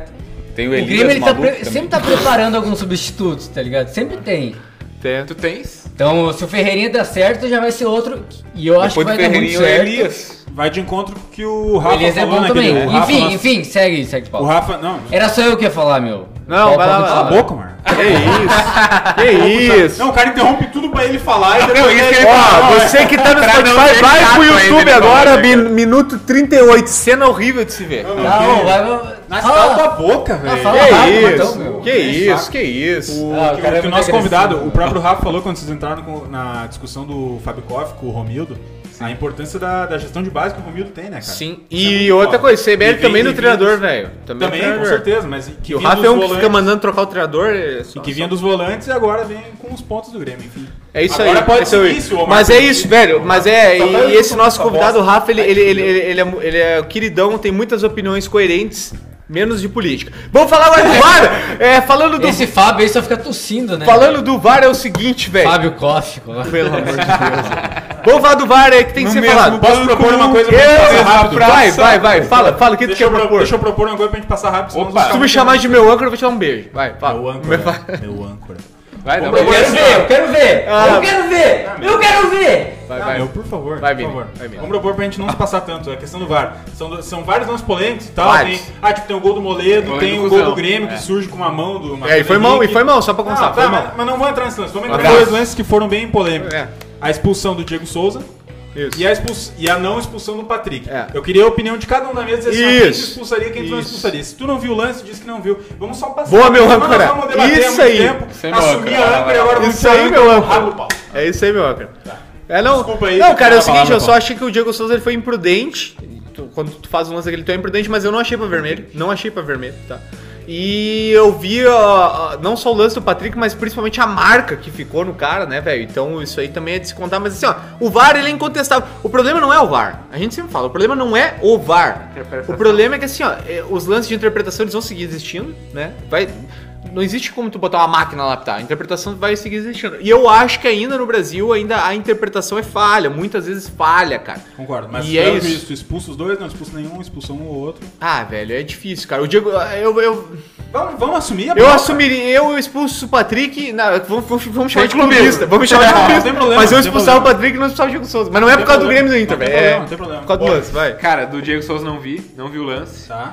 Tem o o Elias, Grêmio ele tá maluco pre- também. sempre tá preparando alguns substitutos, tá ligado? Sempre tem. Tem. Tu tens? Então, se o Ferreirinha dá certo, já vai ser outro. E eu acho que Depois do vai dar muito Ferreirinho é certo. Elias. Vai de encontro com o que o O Rafa Elias é falou bom naquele... também. o Rafa, Enfim, nosso- enfim, segue, segue, O Paulo. Rafa, não, Era só eu que ia falar, meu. Não, Paulo, vai lá, Paulo, vai cala a lá. Paulo. boca, mano. tá- Que isso? Que isso? Não, o cara interrompe tudo pra ele falar e Não, depois isso que ele- ele Ó, falou. você que tá no Pra não Spotify, ter vai chato pro ainda, YouTube ele falou, agora, né, min- cara? minuto 38, cena horrível de se ver. Não, vai. vai- Mas fala. cala tua boca, velho. fala. Que Ah, então, isso? meu, Que nem isso? saco. Que isso? O, Ah, o que- cara é que o muito nosso agressivo, convidado, né? o próprio Rafa falou quando vocês entraram com- na discussão do Fabkov com o Romildo, a importância da, da gestão de base que o Romildo tem, né, cara? Sim. Isso é E muito outra foda. coisa, CBL E também vem- do e treinador, vindos- velho. Também, do Também, com treinador. certeza, mas que O vinha Rafa é dos um que fica volantes- mandando trocar o treinador. é só- E que vinha dos volantes e agora vem com os pontos do Grêmio, enfim. É isso agora aí. Pode esse é o- seguir, Tá se o Omar mas é conseguir. isso, velho. Mas é. Só E, pra e eu esse com nosso essa convidado, o bosta. Rafa, ele, ele, ele, ele, ele é, ele é queridão, tem muitas opiniões coerentes, menos de política. Vamos falar agora do VAR! É, falando do. Esse Fábio aí só fica tossindo, né? Falando do VAR é o seguinte, velho. Fábio Cófico. lá. Pelo amor de Deus. Vamos falar do VAR aí, que tem que No ser mesmo falado. Posso propor uma coisa pra gente fazer Eu, rápido? vai, vai, vai. Fala, fala, o que tu Deixa quer eu, pro- propor? deixa eu propor uma coisa pra gente passar rápido. senão Se tu me nós chamar de meu âncora, eu vou te dar um beijo. Vai, ficamos- Meu fala. âncora. Meu âncora. Vai, dá um Eu beijo. quero ver, eu quero ver. Ah. Eu quero ver. Eu quero ver. Vai, Não, vai. meu, por favor. Vai, por Vini, favor. vai, Vini. Vamos propor pra gente não se passar tanto. A questão do VAR. São, do- são vários lances polêmicos e tal. Vários. Tem, ah, tipo, tem o gol do Moledo, Gol tem do o gol Cusão. do Grêmio que surge com uma mão do. É, e foi mão, e foi mão, só pra Não, constar. tá, Foi mas, mão. mas não vou entrar nesse lance. Vamos entrar em Abraço. dois lances que foram bem polêmicos. É. A expulsão do Diego Souza. Isso. E a, expuls- e a não expulsão do Patrick. É. Eu queria a opinião de cada um na mesa dizer assim, ó, quem tu Isso. expulsaria, quem tu não Isso. expulsaria. Se tu não viu o lance, diz que não viu. Vamos só passar. Boa, meu Mas nós âncora. vamos debater Isso há muito aí. tempo, Isso aí, meu Assumir âncora. a âncora e agora vamos Isso aí, tirar meu o âncora. rabo do pau. É isso aí, meu âncora. É, não, Tá. Desculpa aí, não, cara, é o fala, seguinte, eu meu só pau. achei que o Diego Souza ele foi imprudente. Tu- Quando tu faz um lance daquele, tu é imprudente, mas eu não achei pra vermelho. Não achei pra vermelho, tá? E eu vi ó, ó, não só o lance do Patrick, mas principalmente a marca que ficou no cara, né, velho? Então isso aí também é de se contar. Mas assim, ó, o VAR ele é incontestável. O problema não é o VAR. A gente sempre fala, o problema não é o VAR. Interpretação. O problema é que assim, ó, é, os lances de interpretação eles vão seguir existindo, né? Vai, não existe como tu botar uma máquina lá, tá? A interpretação vai seguir existindo. E eu acho que ainda no Brasil, ainda a interpretação é falha, muitas vezes falha, cara. Concordo, mas E é pelo isso. visto, expulsa os dois, não expulsa nenhum, expulsa um ou outro. Ah, velho, é difícil, cara. O Diego, eu, eu, Vamos, vamos assumir a eu bola. assumiria, eu expulso o Patrick, na- vamos, vamos- vamos chamar de clubista. clubista, vamos me chamar de Não, não tem clubista. problema, mas eu não tem expulsava o problema. Patrick e não expulsava o Diego Souza. Mas não é por Tem causa do problema, Grêmio do Inter, não tem velho. problema, É não tem problema. por causa do Bora. lance, vai. Cara, Ah, do Diego Souza não vi, não vi o lance. Tá.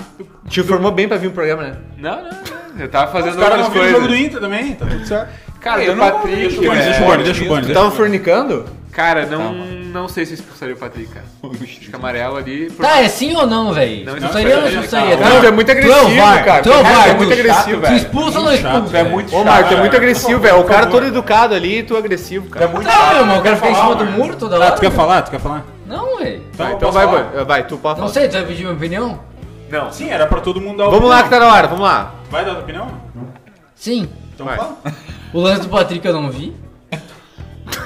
Te formou bem pra vir pro programa, né? Não, não, não. Eu tava Os fazendo caras não outras viram o jogo do coisas. Inter também, tá tudo certo. é Cara, Eu do não vou- Patrick, deixa o Boni, velho. deixa o Boni, deixa o Boni. Tu tava fornicando? Cara, não, não sei se expulsaria o Patrick, cara. Acho que amarelo ali. por- Tá, é sim ou não, velho? Não, Não isso seria é ou não verdade, cara. seria? Tá? Não, é muito Tu é o agressivo, VAR, cara. Tu é o Cara, Var, é muito tu- Ah, agressivo, Tu velho. expulsa ou não Então, chato, expulsa? É muito Ô, chato. Marco, é cara. muito agressivo, velho. O por cara favor. todo educado ali e tu é agressivo, é cara. Tá, meu irmão, o cara fica em cima do muro toda Ah, tu quer hora. falar? Tu quer falar? Não, velho. Tá, então posso vai, falar? vai, vai, tu pode Não falar. sei, tu vai pedir minha opinião? Não. Sim, era pra todo mundo dar Vamos lá que tá opinião. na hora, vamos lá. Vai dar opinião? Sim. Então Vai. fala. O lance do Patrick eu não vi.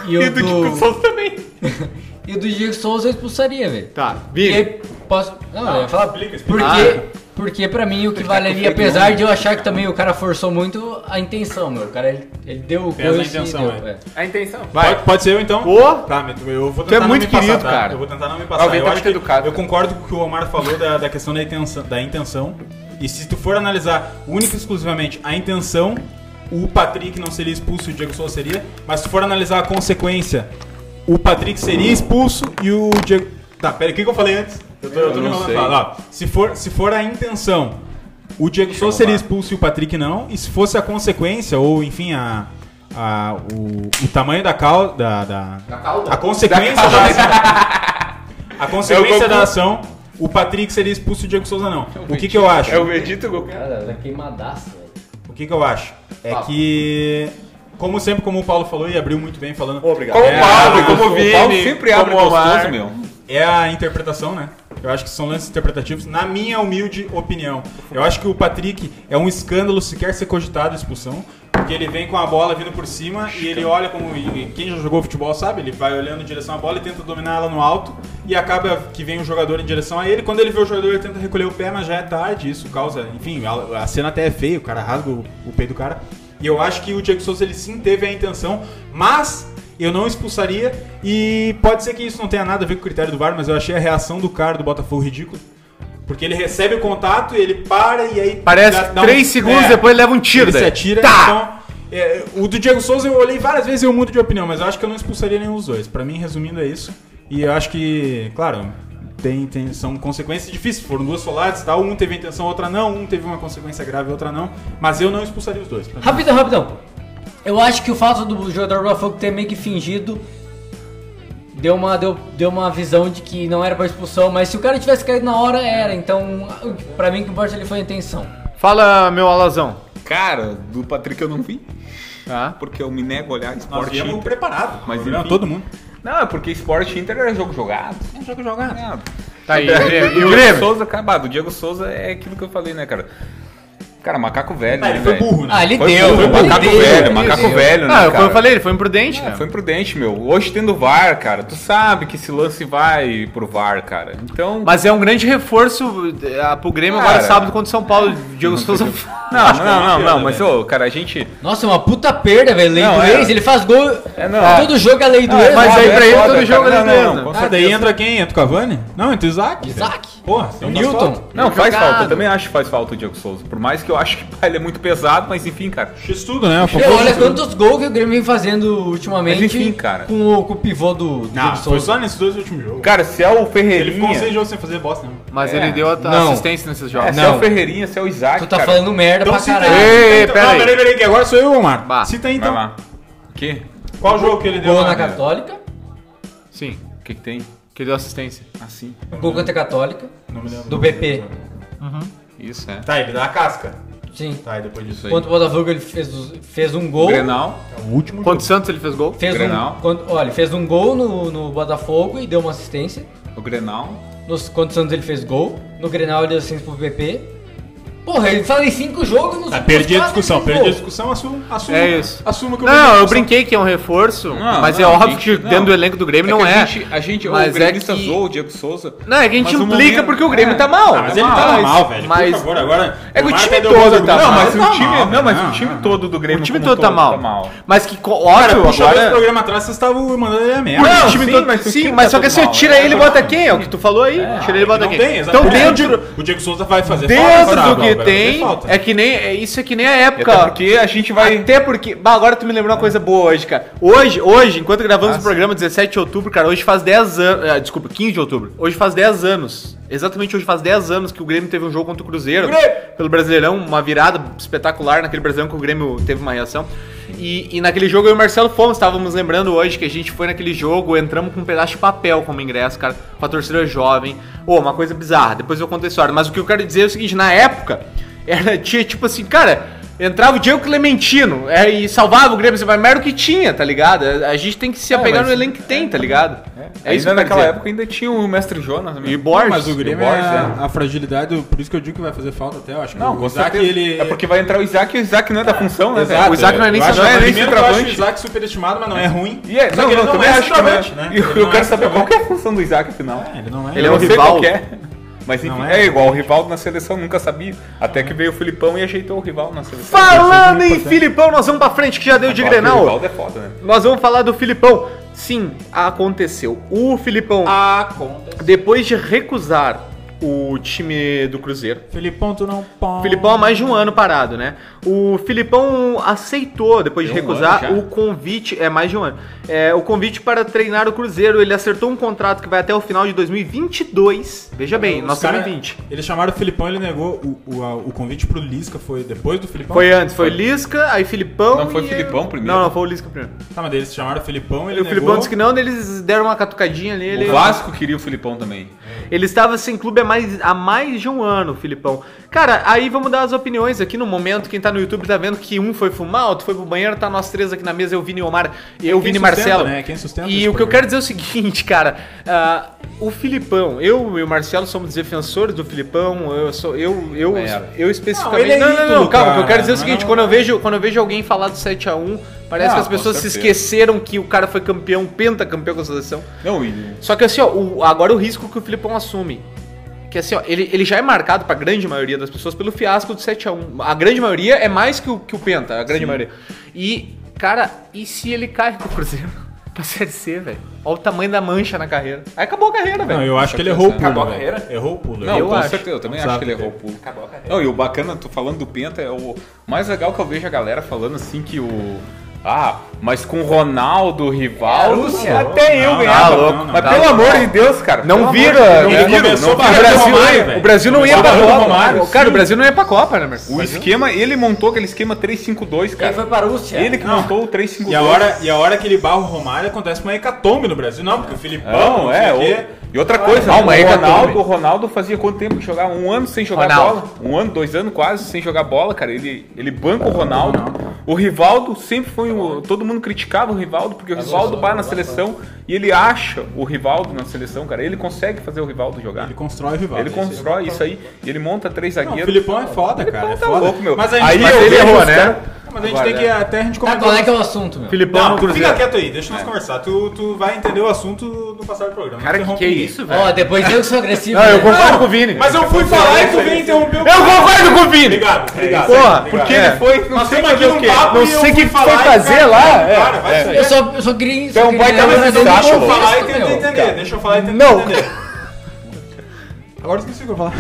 E o do. também. E o do Diego Souza eu expulsaria, velho. Tá, E Vini. aí, posso. Não, eu ia falar. Ah, explica, explica. Ah. tá Porque, porque pra mim o que valeria, apesar de eu achar que também o cara forçou muito a intenção, meu. O cara ele, ele deu o Pesa a coice e intenção, deu, é. é. A intenção. Vai. Pode, pode ser eu então? Ô. Tá, mas eu vou tentar Tu é não muito me passar, querido, tá? cara. Eu vou tentar não me passar. Alguém eu tá acho muito que- educado, Eu cara. concordo com o que o Omar falou da, da questão da intenção, da intenção. E se tu for analisar única e exclusivamente a intenção, o Patrick não seria expulso e o Diego Souza seria. Mas se tu for analisar a consequência, o Patrick seria expulso e o Diego... Tá, pera, o que, que eu falei antes? Eu tô, eu tô me não sei. enrolando. Ó, se for, se for a intenção, o Diego Souza seria expulso e o Patrick não. E se fosse a consequência, ou enfim, a, a- o, o tamanho da causa. Da, da- a consequência da, ação. A É o consequência Goku. da ação, o Patrick seria expulso e o Diego Souza não. O que, que eu acho? É o Vegeta Goku. Cara, tá queimadaço, velho. O que, que eu acho? É que. Como sempre, como o Paulo falou e abriu muito bem falando. Obrigado. Como É, o Paulo, o como o O Vini, Paulo sempre abre como o Omar. gostoso, meu. é a interpretação, né? Eu acho que são lances interpretativos, na minha humilde opinião. Eu acho que o Patrick é um escândalo sequer ser cogitado a expulsão, porque ele vem com a bola vindo por cima e ele olha como. e Quem já jogou futebol sabe, ele vai olhando em direção à bola e tenta dominar ela no alto e acaba que vem um jogador em direção a ele. Quando ele vê o jogador, ele tenta recolher o pé, mas já é tarde. Isso causa. Enfim, a, a cena até é feia, o cara rasga o, o peito do cara. E eu acho que o Diego Souza ele sim teve a intenção, mas eu não expulsaria e pode ser que isso não tenha nada a ver com o critério do VAR, mas eu achei a reação do cara do Botafogo ridícula. Porque ele recebe o contato e ele para e aí. Parece dá- dá um- três segundos é, depois ele leva um tiro, Ele se daí. atira, Tá! então. é, o do Diego Souza eu olhei várias vezes e eu mudo de opinião, mas eu acho que eu não expulsaria nenhum dos dois. Pra mim, resumindo, é isso. E eu acho que, claro, tem, tem, são consequências difíceis. Foram duas soladas, tá? um teve a intenção, outra não, um teve uma consequência grave, outra não. Mas eu não expulsaria os dois. Pra mim, Rapidão, rapidão. Eu acho que o fato do jogador do Botafogo ter meio que fingido deu uma, deu, deu uma visão de que não era pra expulsão, mas se o cara tivesse caído na hora, era. Então, pra mim, o que importa ali foi a intenção. Fala, meu alazão. Cara, do Patrick eu não vi, Tá? porque eu me nego a olhar Nós esporte viemos Inter. preparado. Mas Não, enfim. todo mundo. Não, é porque esporte Inter era jogo jogado. É um jogo jogado. Tá aí, Grêmio. E o Diego Grêmio? Souza, cara, bah, do Diego Souza é aquilo que eu falei, né, cara? Cara, macaco velho, Ah, né, ele foi velho? burro, né? Ah, ele Foi deu. burro, ele macaco deu, velho, ele macaco deu. velho, né, Ah, foi- cara? eu falei, ele foi imprudente, É, né? foi imprudente, meu. Hoje tendo VAR, cara, tu sabe que esse lance vai pro VAR, cara. Então. Mas é um grande reforço eh, pro Grêmio agora Cara. sábado contra o São Paulo. Diego Souza. Não, não, não, não, mas, ô, cara, a gente. Nossa, é uma puta perda, velho. Lei Não, do é. ex, ele faz gol. É, não. Todo jogo é lei do Ah, ex. mas né? foda, aí pra ele foda, todo jogo cara. ele Não, não, entra. não, com Ah, daí entra quem? Entra o Cavani? Não, entra o Isaac. Isaac. Porra, então tá Newton. solto. Não, faz Jogado. falta. Eu também acho que faz falta o Diego Souza. Por mais que eu acho que pá, ele é muito pesado, mas enfim, cara. X tudo, né? Meu, olha quantos gols que o Grêmio vem fazendo ultimamente Mas enfim, cara. Com, o, com o pivô do, do Não, Diego foi Souza. só nesses dois últimos jogos. Cara, se é o Ele ficou Ferreirinha. seis jogos sem fazer bosta, né? Mas É. ele deu a Não. assistência nesses É, jogos. se é o Ferreirinha, se é o Isaac. Tu tá cara. falando merda pra cita caralho. Ei, ei, então, peraí. não, peraí, peraí, que agora sou eu, Omar. Bah. Cita Vai então. lá. O quê? Qual jogo que ele deu? Gol lá, na né? Católica. Sim, O que, que tem? que deu assistência. Assim. Gol contra a Católica. Não me lembro. Uhum. Do BP. Isso, é. Tá, ele dá a casca. Sim. Tá, e depois disso aí. Contra o Botafogo ele fez, os- fez um gol. Grenal. É o último Contra o Santos ele fez gol? Fez Grenal. um, quando, olha, fez um gol no, no Botafogo e deu uma assistência. O Grenal. Nos quantos anos ele fez gol. No Grenal ele deu assistência pro BP. Porra, ele fala em cinco jogos nos Tá, nos perdi a quatro discussão, ele fez perdi a gol. discussão, assumo, assumo, É isso. assumo que eu perdi a Não, eu discussão. brinquei que é um reforço, Não, mas não, é óbvio gente, que não. dentro do elenco do Grêmio É não que é. A gente, a gente Mas o gremista é que- zoou o Diego Souza. Não, é que a gente mas o implica momento- porque o Grêmio é. tá mal. Ah, mas ele tava Mas- mal, velho. mas- Por favor, agora. É que o Omar time perdeu gol todo da- tá Não, mal. mas o tá time, mal, não, mas não, o time não. todo do Grêmio O time como um todo tá mal. tá mal. Mas que, co- Cara, óbvio, puxa esse agora... programa atrás, vocês estavam mandando ele a merda. Não, Não, o time sim, todo... mas o sim, time mas tá só que todo assim, mal, tira é. ele e bota quem? É o que tu falou aí. tira ele e Não bota quem. tem, então exatamente. dentro, O Diego Souza vai fazer falta. dentro vai do fazer que falta, vai fazer tem, falta. é que nem... é- Isso é que nem a Até época... porque a gente vai. Até porque. Bah, agora tu me lembrou uma coisa boa hoje, cara. Hoje, hoje, enquanto gravamos Ah, o programa, 17 de outubro, cara, hoje faz 10 anos. ah, desculpa, 15 de outubro. Hoje faz 10 anos. Exatamente hoje faz 10 anos que o Grêmio teve um jogo contra o Cruzeiro. Pelo Brasileirão, uma virada espetacular naquele Brasileirão que o Grêmio teve uma reação. E, e naquele jogo eu e o Marcelo fomos, estávamos lembrando hoje que a gente foi naquele jogo, entramos com um pedaço de papel como ingresso, cara, com a torcida jovem. Ô, uma coisa bizarra, depois eu conto a história. Mas o que eu quero dizer é o seguinte, na época, era, tinha tipo assim, cara, Entrava o Diego Clementino é, e salvava o Grêmio. Mas era o que tinha, tá ligado? A a gente tem que se apegar É, mas- no elenco que tem, tá ligado? É, eu ainda quero naquela dizer. época ainda tinha o mestre Jonas. né? meu. E Borges. Mas o Grêmio é Borges, a, a fragilidade, do- por isso que eu digo que vai fazer falta até, eu acho. que né? Não, o com Isaac, certeza. ele... É porque vai entrar o Isaac e o Isaac não é da função, né? Exato. velho? O Isaac não é nem Eu acho- centroavante. primeiro que tá eu acho o centroavante. Isaac superestimado, mas não é ruim. E é, Só que não, não, ele eu não também é acho que não é. centroavante, né? E Eu, Ele não é quero saber qual centroavante. que é a função do Isaac, afinal. É, Ele não é. Ele é Eu um não sei rival. qual que é. Mas enfim, Não é. é. igual, o rival na seleção nunca sabia. Até que veio o Filipão e ajeitou o rival na seleção. é Falando em Filipão, nós vamos pra frente que já deu de Claro que O Grenal. Rivaldo é foda, né? Nós vamos falar do Filipão. Sim, aconteceu. O Filipão, Ah, depois de recusar o time do Cruzeiro, Filipão, tu não pão. O Filipão há mais de um ano parado, né? O Filipão aceitou, depois de Tem um recusar, ano já. o convite. É mais de um ano. É, o convite para treinar o Cruzeiro. Ele acertou um contrato que vai até o final de 2022. Veja bem, nós estamos em 20. Eles chamaram o Filipão, ele negou o, o, a- o convite pro Lisca, foi depois do Filipão? Foi antes, foi Lisca, aí Filipão. Não, foi e- Filipão primeiro. Não, não, foi o Lisca primeiro. Tá, mas daí eles chamaram o Filipão, ele o negou. Filipão disse que não, daí eles deram uma catucadinha nele. O Vasco queria o Filipão também. Ele estava sem clube há mais, há mais de um ano, Filipão. Cara, aí vamos dar as opiniões aqui no momento. Quem tá no YouTube tá vendo que um foi fumar, outro foi pro banheiro, tá nós três aqui na mesa, eu, Vini e Omar, eu, Vini e É sustenta, Marcelo. né? Quem sustenta e esse o que eu programa. quero dizer é o seguinte, cara. ah, o Filipão, eu e o Marcelo somos defensores do Filipão, eu sou. Eu, eu, É. eu especificamente. ele é Não, não, não, ídolo, calma, o que eu cara, quero dizer é o não é seguinte, não. quando eu vejo, quando eu vejo alguém falar do 7x1, parece Ah, que as pessoas com se certeza. esqueceram que o cara foi campeão, pentacampeão com a seleção. Não, e Só que assim, ó, o- agora o risco que o Filipão assume. Que assim, ó, ele, ele já é marcado pra grande maioria das pessoas pelo fiasco do 7x1. A grande maioria é mais que o, que o Penta, a grande maioria. E, cara, e se ele cai pro Cruzeiro? Pra Série C, velho? Olha o tamanho da mancha na carreira. Aí acabou a carreira, Não, velho. eu acho que ele errou o Acabou pulo, a velho. carreira? Errou o pulo. Não, Eu com acho. certeza, eu também Sabe, acho que ele errou o Pepe? pulo. Não, e o bacana, tô falando do Penta, é o mais legal que eu vejo a galera falando assim que o Ah, mas com Ronaldo, Rivaldo, Rússia. até eu Não, ganhava. não, não, mas não, pelo não. amor de Deus, cara. Não pelo vira, amor de não Deus, vira, começou não a vira. O barrar Brasil, Romário, não, velho. o Brasil não ia pra Barrando Copa. Romário, cara, o Brasil não ia pra Copa, né, Marcos? O esquema, ele montou aquele esquema 352, Ele cara. foi para a Rússia. Ele que montou o 352. E a, hora, e a hora que ele barra o Romário acontece uma hecatombe no Brasil. Não, porque o Filipão, Não, é. o o- E outra coisa, Calma, o, aí, Ronaldo, Catume. o Ronaldo fazia quanto tempo que jogava? Um ano sem jogar Ronaldo. bola? Um ano, dois anos quase sem jogar bola, cara. Ele, ele banca o Ronaldo. O Rivaldo sempre foi um. Todo mundo criticava o Rivaldo, porque o Tá Rivaldo vai na seleção e ele acha o Rivaldo na seleção, cara. Ele consegue fazer o Rivaldo jogar. Ele constrói o rival. Ele constrói isso aí, e ele monta três Não, o zagueiros. Filipão é foda, cara. É tá foda. louco, meu. Mas a gente, Aí mas eu ele vejo errou, os né? cara- Mas a gente tem que até a gente Tá, comentar. qual é que é o assunto, meu? Filipão Não, no fica Cruzeiro. quieto aí, deixa nós conversar. Tu, tu vai entender o assunto no passar do programa. Cara, que Interrompe que é ninguém. isso, velho? Ó, depois eu que sou agressivo. Não, eu né? concordo com o Vini. Mas eu fui falar e tu veio interromper o Eu concordo com o Vini! Obrigado, obrigado. Porra, Obrigado. porque É. ele foi. Nós temos aqui um papo Não e eu sei o que fui foi falar e fazer cara, lá, cara, é. Cara, vai sair. Eu só, eu só queria. Então só queria vai ter lembrar mais do destaque, Deixa um eu contexto, falar e tentar meu. entender. Deixa eu falar e tentar Não. entender. Agora eu esqueci o que eu ia falar.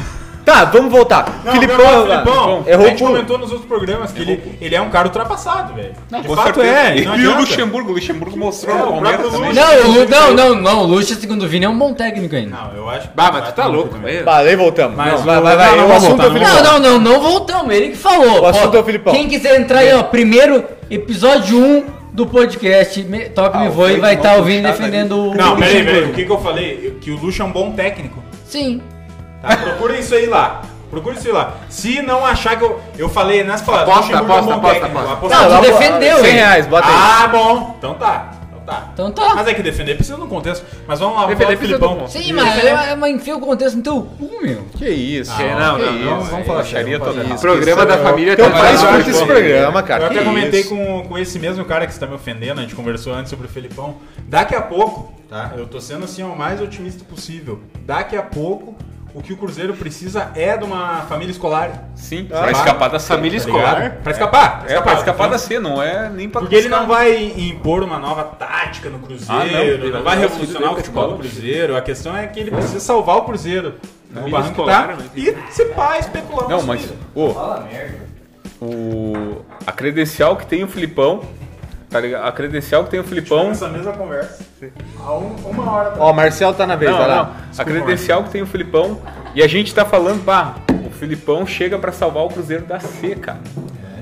Tá, vamos voltar. Não, Filipão, meu irmão, lá. Filipão, a errou gente por- comentou nos outros programas que ele, ele é um cara ultrapassado, velho. De Com fato certeza. é. não E o adianta. Luxemburgo, o Luxemburgo mostrou É, no o Palmeiras próprio também. Luxemburgo. Não, o Lu- não, não, não. O Lucha, segundo o Vini, é um bom técnico ainda. Não, eu acho que. Bah, mas tu tá louco, velho. Tá, daí voltamos. Mas Não, vai, o- vai, vai. não, o não, assunto voltar, é não Filipão. Não, não, não, não voltamos. Ele que falou. O assunto Ó, é o Filipão. Quem quiser entrar aí, ó, primeiro episódio 1 do podcast Me- Toque Ah, Me Voe vai tá estar ouvindo e defendendo o. Não, peraí, Luxemburgo. velho. O que, que eu falei? Que o Luxo é um bom técnico. Sim. Tá? Procura isso aí lá. Procura isso aí lá. Se não achar que eu. Eu falei né, nas palavras. Aposta, Luxemburgo é um bom aposta, aposta, técnico. aposta. Apostar. Não, lá, tu defendeu, 100 hein? reais, bota aí. Ah, bom. Então tá. Então tá. Então tá. Mas é que defender precisa de um contexto. Mas vamos lá, vamos falar Defender do precisa de um Filipão. contexto. Sim, mas, mas, mas enfia o contexto então. no teu cu, meu. Que isso, Que Ah, não, não, não. Vamos falar sério. Baixaria total. Programa da família Então tá faz demais, parte desse pô. programa, cara. Eu até que comentei isso. com, com esse mesmo cara que está me ofendendo, a gente conversou antes sobre o Felipão. Daqui a pouco, tá? Eu tô sendo assim o mais otimista possível. Daqui a pouco, o que o Cruzeiro precisa é de uma família escolar. Sim, Ah, tá. pra escapar da Família família Tá escolar. ligado? Pra escapar. É, pra escapar Então, da C, não é nem pra Porque ele buscar. não vai impor uma nova tática no Cruzeiro, Ah, não. Ele não, vai vai mudar o revolucionar o futebol do Cruzeiro. A questão é que ele precisa salvar o Cruzeiro. No barranco que tá, escolar, e se pá, especular no Não, mas. Cruzeiro. ô, o, a credencial que tem o Filipão. Tá ligado? A credencial que tem o Filipão. Nessa mesma conversa. Há um- uma hora atrás. Ó, o Marcel tá na vez, Não, vai não. lá. A credencial que tem o Filipão. E a gente tá falando, pá, o Filipão chega pra salvar o Cruzeiro da C, cara.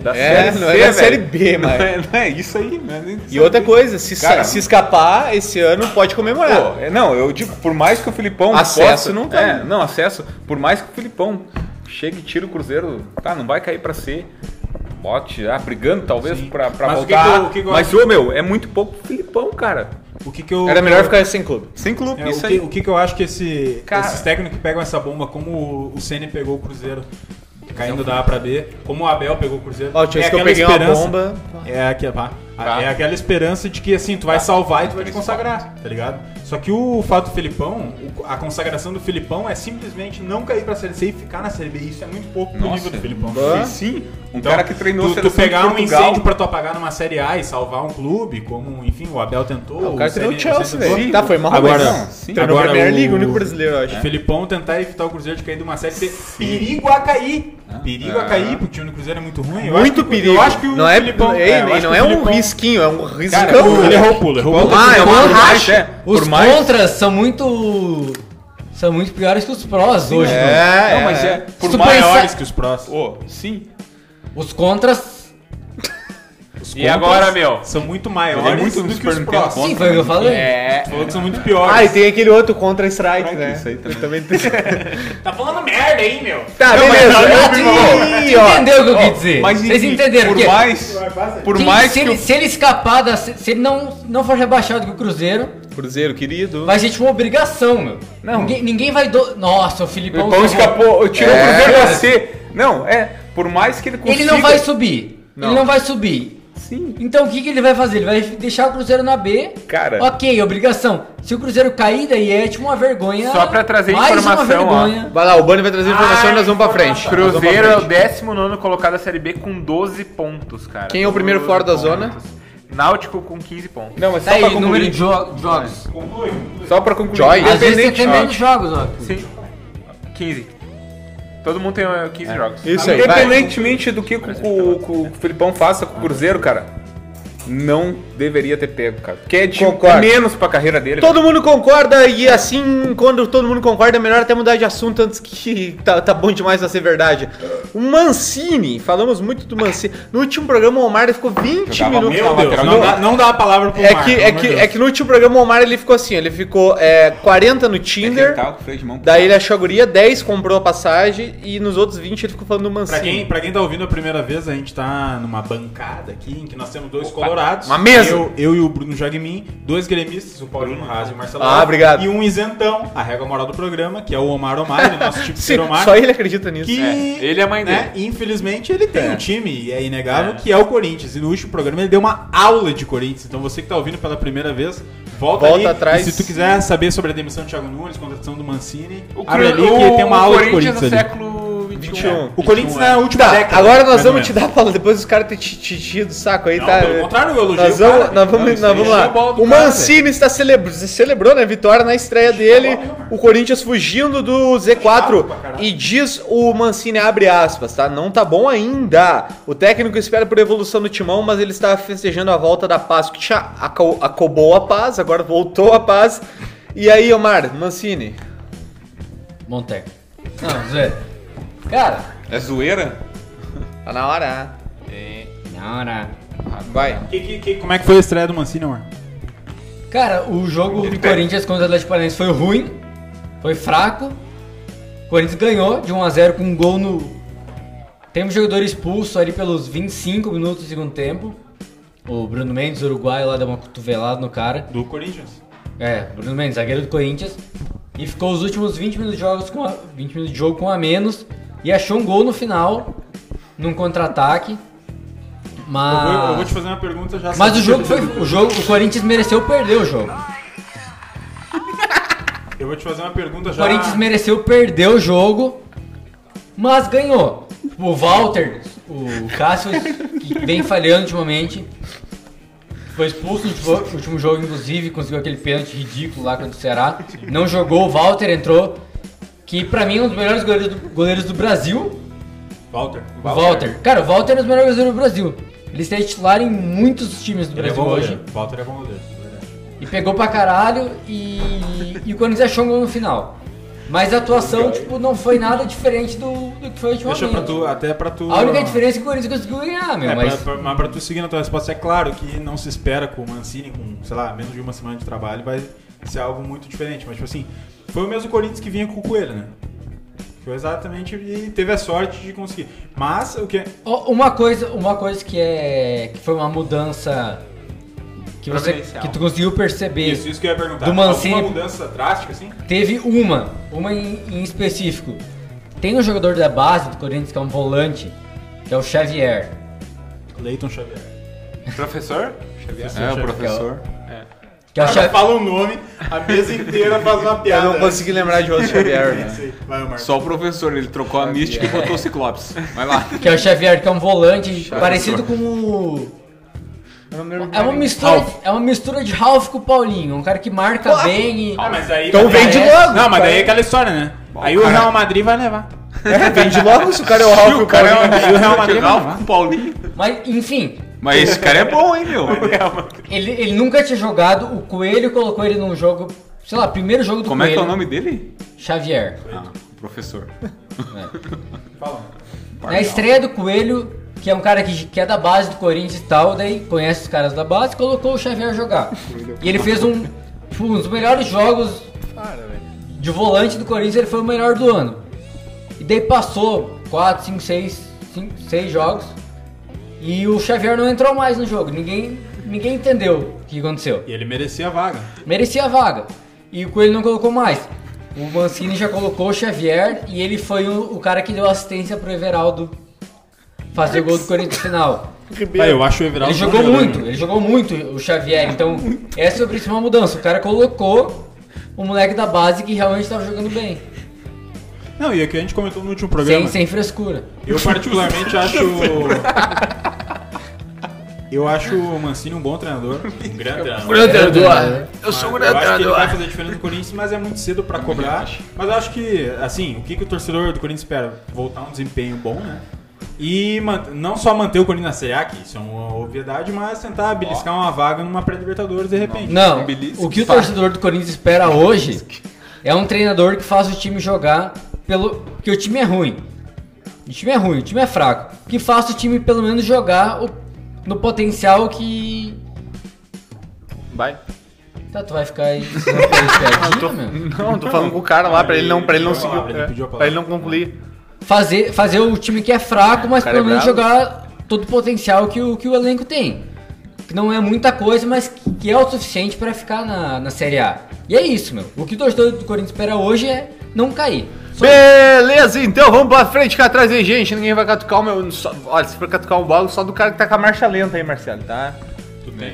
Da É, não é da velho. Série B, Não mas- é, não é isso aí, né? Nem- E outra coisa, se, sa- Cara. se escapar esse ano, pode comemorar. Pô, é, não, eu digo, por mais que o Filipão Acesso possa- não tá. é, não, acesso, por mais que o Filipão chegue e tire o Cruzeiro, tá, não vai cair pra C. Bote, ah, brigando talvez pra, pra Mas o que voltar. que eu- o que que eu Mas, ô meu, é muito pouco pro Filipão, cara. O que que eu- Era melhor ficar sem clube. Sem clube, É, o, isso que, aí. o que que eu acho que esse- Cara. esses técnicos que pegam essa bomba, como o- o Ceni pegou o Cruzeiro caindo da A pra B, como o Abel pegou o Cruzeiro, Então Ó, tinha é vez que eu aquela peguei uma esperança- bomba. É, aquela, é aquela esperança de que assim, tu vai salvar e tu vai te consagrar, tá ligado? Só que o fato do Felipão, o- a consagração do Felipão é simplesmente não cair pra Série C e ficar na Série B. Isso é muito pouco pro Nossa. nível do Felipão. então, Sim, sim. Um cara que treinou a tu, tu seleção de pegar um Portugal. incêndio pra tu apagar numa Série A e salvar um clube, como, enfim, o Abel tentou. Ah, O cara treinou o Ceni- Chelsea, Ceni tentou. velho. Tá, foi mal. Agora- mas- sim. Treinou a Agora Premier o- League, o único brasileiro, eu acho. O Felipão tentar evitar o Cruzeiro de cair de uma série B. Perigo a cair. Perigo a Ah. cair, porque o time do Cruzeiro é muito ruim. Eu acho Muito que- perigo. Eu acho que o não é, Felipão... ei, eu acho não que é o um Felipão- risquinho, é um riscão. Cara, o- ele errou o pulo, errou o pulo. Ah, é uma Por mais, racha. é, Os por mais, contras são muito. São muito piores que os prós hoje, meu. É, Não, mas é, Se por tu mais... pensar- Maiores que os próximos. Ô, sim. Os contras. Os E agora, meu? São muito Ele maiores é muito do no que os Super Nintendo próximos. contra. Sim, foi o que eu falei. É. Tu falou que são muito piores. Ah, e tem aquele outro Contra-Strike, Strike, né? isso aí também. Eu tem- Tá falando merda aí, meu. tá, beleza. Tu Ih, ó. entendeu o que eu quis dizer? Mas, Vocês enfim, entenderam Por que é? mais, por se, mais se que ele, o se ele escapar, da, se, se ele não, não for rebaixado com o Cruzeiro, Cruzeiro, querido... vai ser tipo uma obrigação, meu. Não. Ninguém, ninguém vai do. Nossa, o O Filipão. Pão salvou. escapou, tirou É. o Cruzeiro da C. Não, é, por mais que ele consiga... Ele não vai subir. Não. Ele não vai subir. Sim. Então o que, que ele vai fazer? Ele vai deixar o Cruzeiro na B. Cara. Ok, obrigação. Se o Cruzeiro cair, daí é tipo uma vergonha. Só pra trazer mais informação, Uma vergonha. Vai lá, o Bani vai trazer informação Ah, e nós vamos pra frente. Nós vamos pra Cruzeiro é o frente. 19 colocado da Série B com 12 pontos, cara. Quem é o primeiro 12 fora da pontos. zona? Náutico com 15 pontos. Não, mas só Tá pra aí, número concluir. de jo- jogos. Só pra concluir. Joy. Às vezes tem Independente, até menos jogos, ó. Sim. 15. Todo mundo tem eh, 15 jogos. Isso aí, vai. assim, né? Independentemente do que o, o- o- o Felipão faça com o Cruzeiro, cara, não deveria ter pego, cara. Que é de Concordo. menos pra carreira dele. Todo mundo concorda e assim, quando todo mundo concorda, é melhor até mudar de assunto antes que tá, tá bom demais pra ser verdade. O Mancini, falamos muito do Mancini. No último programa o Omar ele ficou 20 Jogava minutos meu na Deus, lateral. Não dá, não dá a palavra pro É Omar, que, pelo é, amor de que, Deus. é que no último programa o Omar ele ficou assim, ele ficou é, 40 no Tinder, Tá com o freio de mão. daí ele achou a guria, 10 comprou a passagem e nos outros 20 ele ficou falando do Pra Mancini. quem, pra quem tá ouvindo a primeira vez, a gente tá numa bancada aqui em que nós temos dois colorados. uma mesa! Eu, eu e o Bruno Jagmin, dois gremistas, o Paulo Raso e o Marcelo. Ah, Alves, obrigado. E um isentão, a régua moral do programa, que é o Omar Omar, o nosso tipo Sim, ser Omar. só ele acredita nisso. Que, É, ele é a mãe né, Infelizmente, ele tem um time, e é inegável, que é o Corinthians. E no último programa ele deu uma aula de Corinthians. Então você que tá ouvindo pela primeira vez, volta, Volta ali. atrás. E se tu quiser saber sobre a demissão do Thiago Nunes, contratação do Mancini, O, abre ali Cru- que tem uma o aula de Corinthians é Corinthians no ali. século 21. 21. O Corinthians na última Tá, década. agora nós né? mais ou vamos te menos. dar a palavra, depois os caras te, te, te tiram do saco aí, é. Não, tá? pelo contrário, eu elogio Nós o vamos, cara. nós vamos, nós Não, isso aí vamos é lá. a bola do O cara, Mancini está celebra- celebrando a vitória na estreia dele, o Corinthians fugindo do Z4 e diz o Mancini abre aspas, tá? Não tá bom ainda. O técnico espera por evolução do timão, mas ele está festejando a volta da paz, que já aco- acobou a paz, agora voltou a paz. E aí, Omar, Mancini? Monteco. Não, zoeira. Cara, É zoeira? Tá na hora. não, não. Vai. Que- que- que- como é que foi a estreia do Mancini, amor? Cara, o jogo do Corinthians contra o Atlético Paranaense foi ruim, foi fraco. O Corinthians ganhou de 1 a 0 com um gol no. Tem um jogador expulso ali pelos 25 minutos do segundo tempo. O Bruno Mendes, uruguaio, lá deu uma cotovelada no cara. Do Corinthians. É, Bruno Mendes, zagueiro do Corinthians. E ficou os últimos 20 minutos de, jogos com a, 20 minutos de jogo com a menos. E achou um gol no final, num contra-ataque. Eu, Mas. Ah. vou, eu vou te fazer uma pergunta já. Mas sabe? o jogo foi. O, jogo, o Corinthians mereceu perder o jogo. Eu vou te fazer uma pergunta O já. Corinthians mereceu perder o jogo, mas ganhou. O Walter, o Cássio, que vem falhando ultimamente, foi expulso no último jogo, inclusive, conseguiu aquele pênalti ridículo lá contra o Ceará. Não jogou, o Walter entrou, que pra mim é um dos melhores goleiros do, goleiros do Brasil. Walter. O Walter. Cara, o Walter é um dos melhores goleiros do Brasil. Ele está titular em muitos times Ele do é Brasil bom hoje. goleiro. Walter é bom goleiro. é verdade. E pegou pra caralho e, e o Corinthians achou um gol no final. Mas a atuação, tipo, não foi nada diferente do, do que foi ultimamente. Deixa pra tu, até pra tu. A única diferença é que o Corinthians conseguiu ganhar, meu, É, mas... mas... Pra, pra, mas pra tu seguir na tua resposta, é claro que não se espera com o Mancini, com, sei lá, menos de uma semana de trabalho, vai ser algo muito diferente. Mas, tipo assim, foi o mesmo Corinthians que vinha com o Coelho, né? Foi exatamente e teve a sorte de conseguir. Mas o que. é- Ó, Uma coisa, uma coisa que é... que foi uma mudança que, você, Providencial. que tu conseguiu perceber. Isso, isso que eu ia perguntar. Do Mancini- Alguma mudança drástica, assim? Teve uma, uma em, em específico. Tem um jogador da base do Corinthians, que é um volante, que é o Xavier. Leiton Xavier. Professor? É, o professor. Que é o Cara, Xavier... fala o nome, a mesa inteira faz uma Eu piada. né? não consegui lembrar de outro Xavier. né? Sei. Vai, Omar. Só o professor, ele trocou a mística e botou o Ciclopes. Vai lá. Que é o Xavier, que é um volante parecido com o. É uma mistura, é uma mistura de Ralph com o Paulinho, um cara que marca bem e. Ah, mas aí. Então vende Parece. logo. Não, mas daí é cara. aquela história, né? aí o Real Madrid vai levar. É, vende logo se o cara é o Ralph, o cara é o... Aí o Real Madrid vai Legal levar. com o Paulinho. Mas, enfim, Mas esse cara é bom, hein, meu? ele, ele nunca tinha jogado, o Coelho colocou ele num jogo, sei lá, primeiro jogo do Como é Coelho. que é o nome dele? Xavier. Professor. Na estreia do Coelho, que é um cara que, que é da base do Corinthians e tal, daí conhece os caras da base, colocou o Xavier jogar. E ele fez um, tipo, um dos melhores jogos de volante do Corinthians, ele foi o melhor do ano. E daí passou 4, 5, 6, 6 jogos e o Xavier não entrou mais no jogo. Ninguém, ninguém entendeu o que aconteceu. E ele merecia a vaga. Merecia a vaga. E o Coelho não colocou mais. O Mancini já colocou o Xavier e ele foi o, o cara que deu assistência pro Everaldo fazer o gol do Corinthians no final. Aí eu acho o Everaldo. Ele um jogou jogador, muito, né? ele jogou muito o Xavier. Então, essa é a principal mudança. O cara colocou o moleque da base que realmente tava jogando bem. Não, e é que a gente comentou no último programa. Sem, sem frescura. Eu particularmente acho. Eu acho o Mancini um bom treinador. Um grande treinador. É, Eu Eu sou um grande acho que ele vai fazer diferença no Corinthians, mas é muito cedo pra cobrar. Mas eu acho que, assim, o que, que o torcedor do Corinthians espera? Voltar um desempenho bom, né? E man- não só manter o Corinthians na Série A, que isso é uma obviedade, mas tentar beliscar uma vaga numa pré-libertadores de repente. Não, Belisque, o que o pá. torcedor do Corinthians espera hoje é um treinador que faça o time jogar pelo. Porque o time é ruim. O time é ruim, o time é fraco. Que faça o time pelo menos jogar o- no potencial que. Vai. Tá, tu vai ficar aí. você vai ficar espertinho, é meu? Não, tô falando com o cara lá pra ele não, pra ele não Ele pediu a seguir. palavra, ele pediu a Pra ele não concluir. Fazer, fazer o time que é fraco, mas cara pelo é menos bravo. jogar todo o potencial que o, que o elenco tem. Que não é muita coisa, mas que, que é o suficiente pra ficar na, na Série A. E é isso, meu. O que o torcedor do Corinthians espera hoje é não cair. Só Beleza, então vamos pra frente cá atrás aí, gente. Ninguém vai catucar o meu. só- olha, se for catucar um bolo, só do cara que tá com a marcha lenta aí, Marcelo, tá? Tudo bem.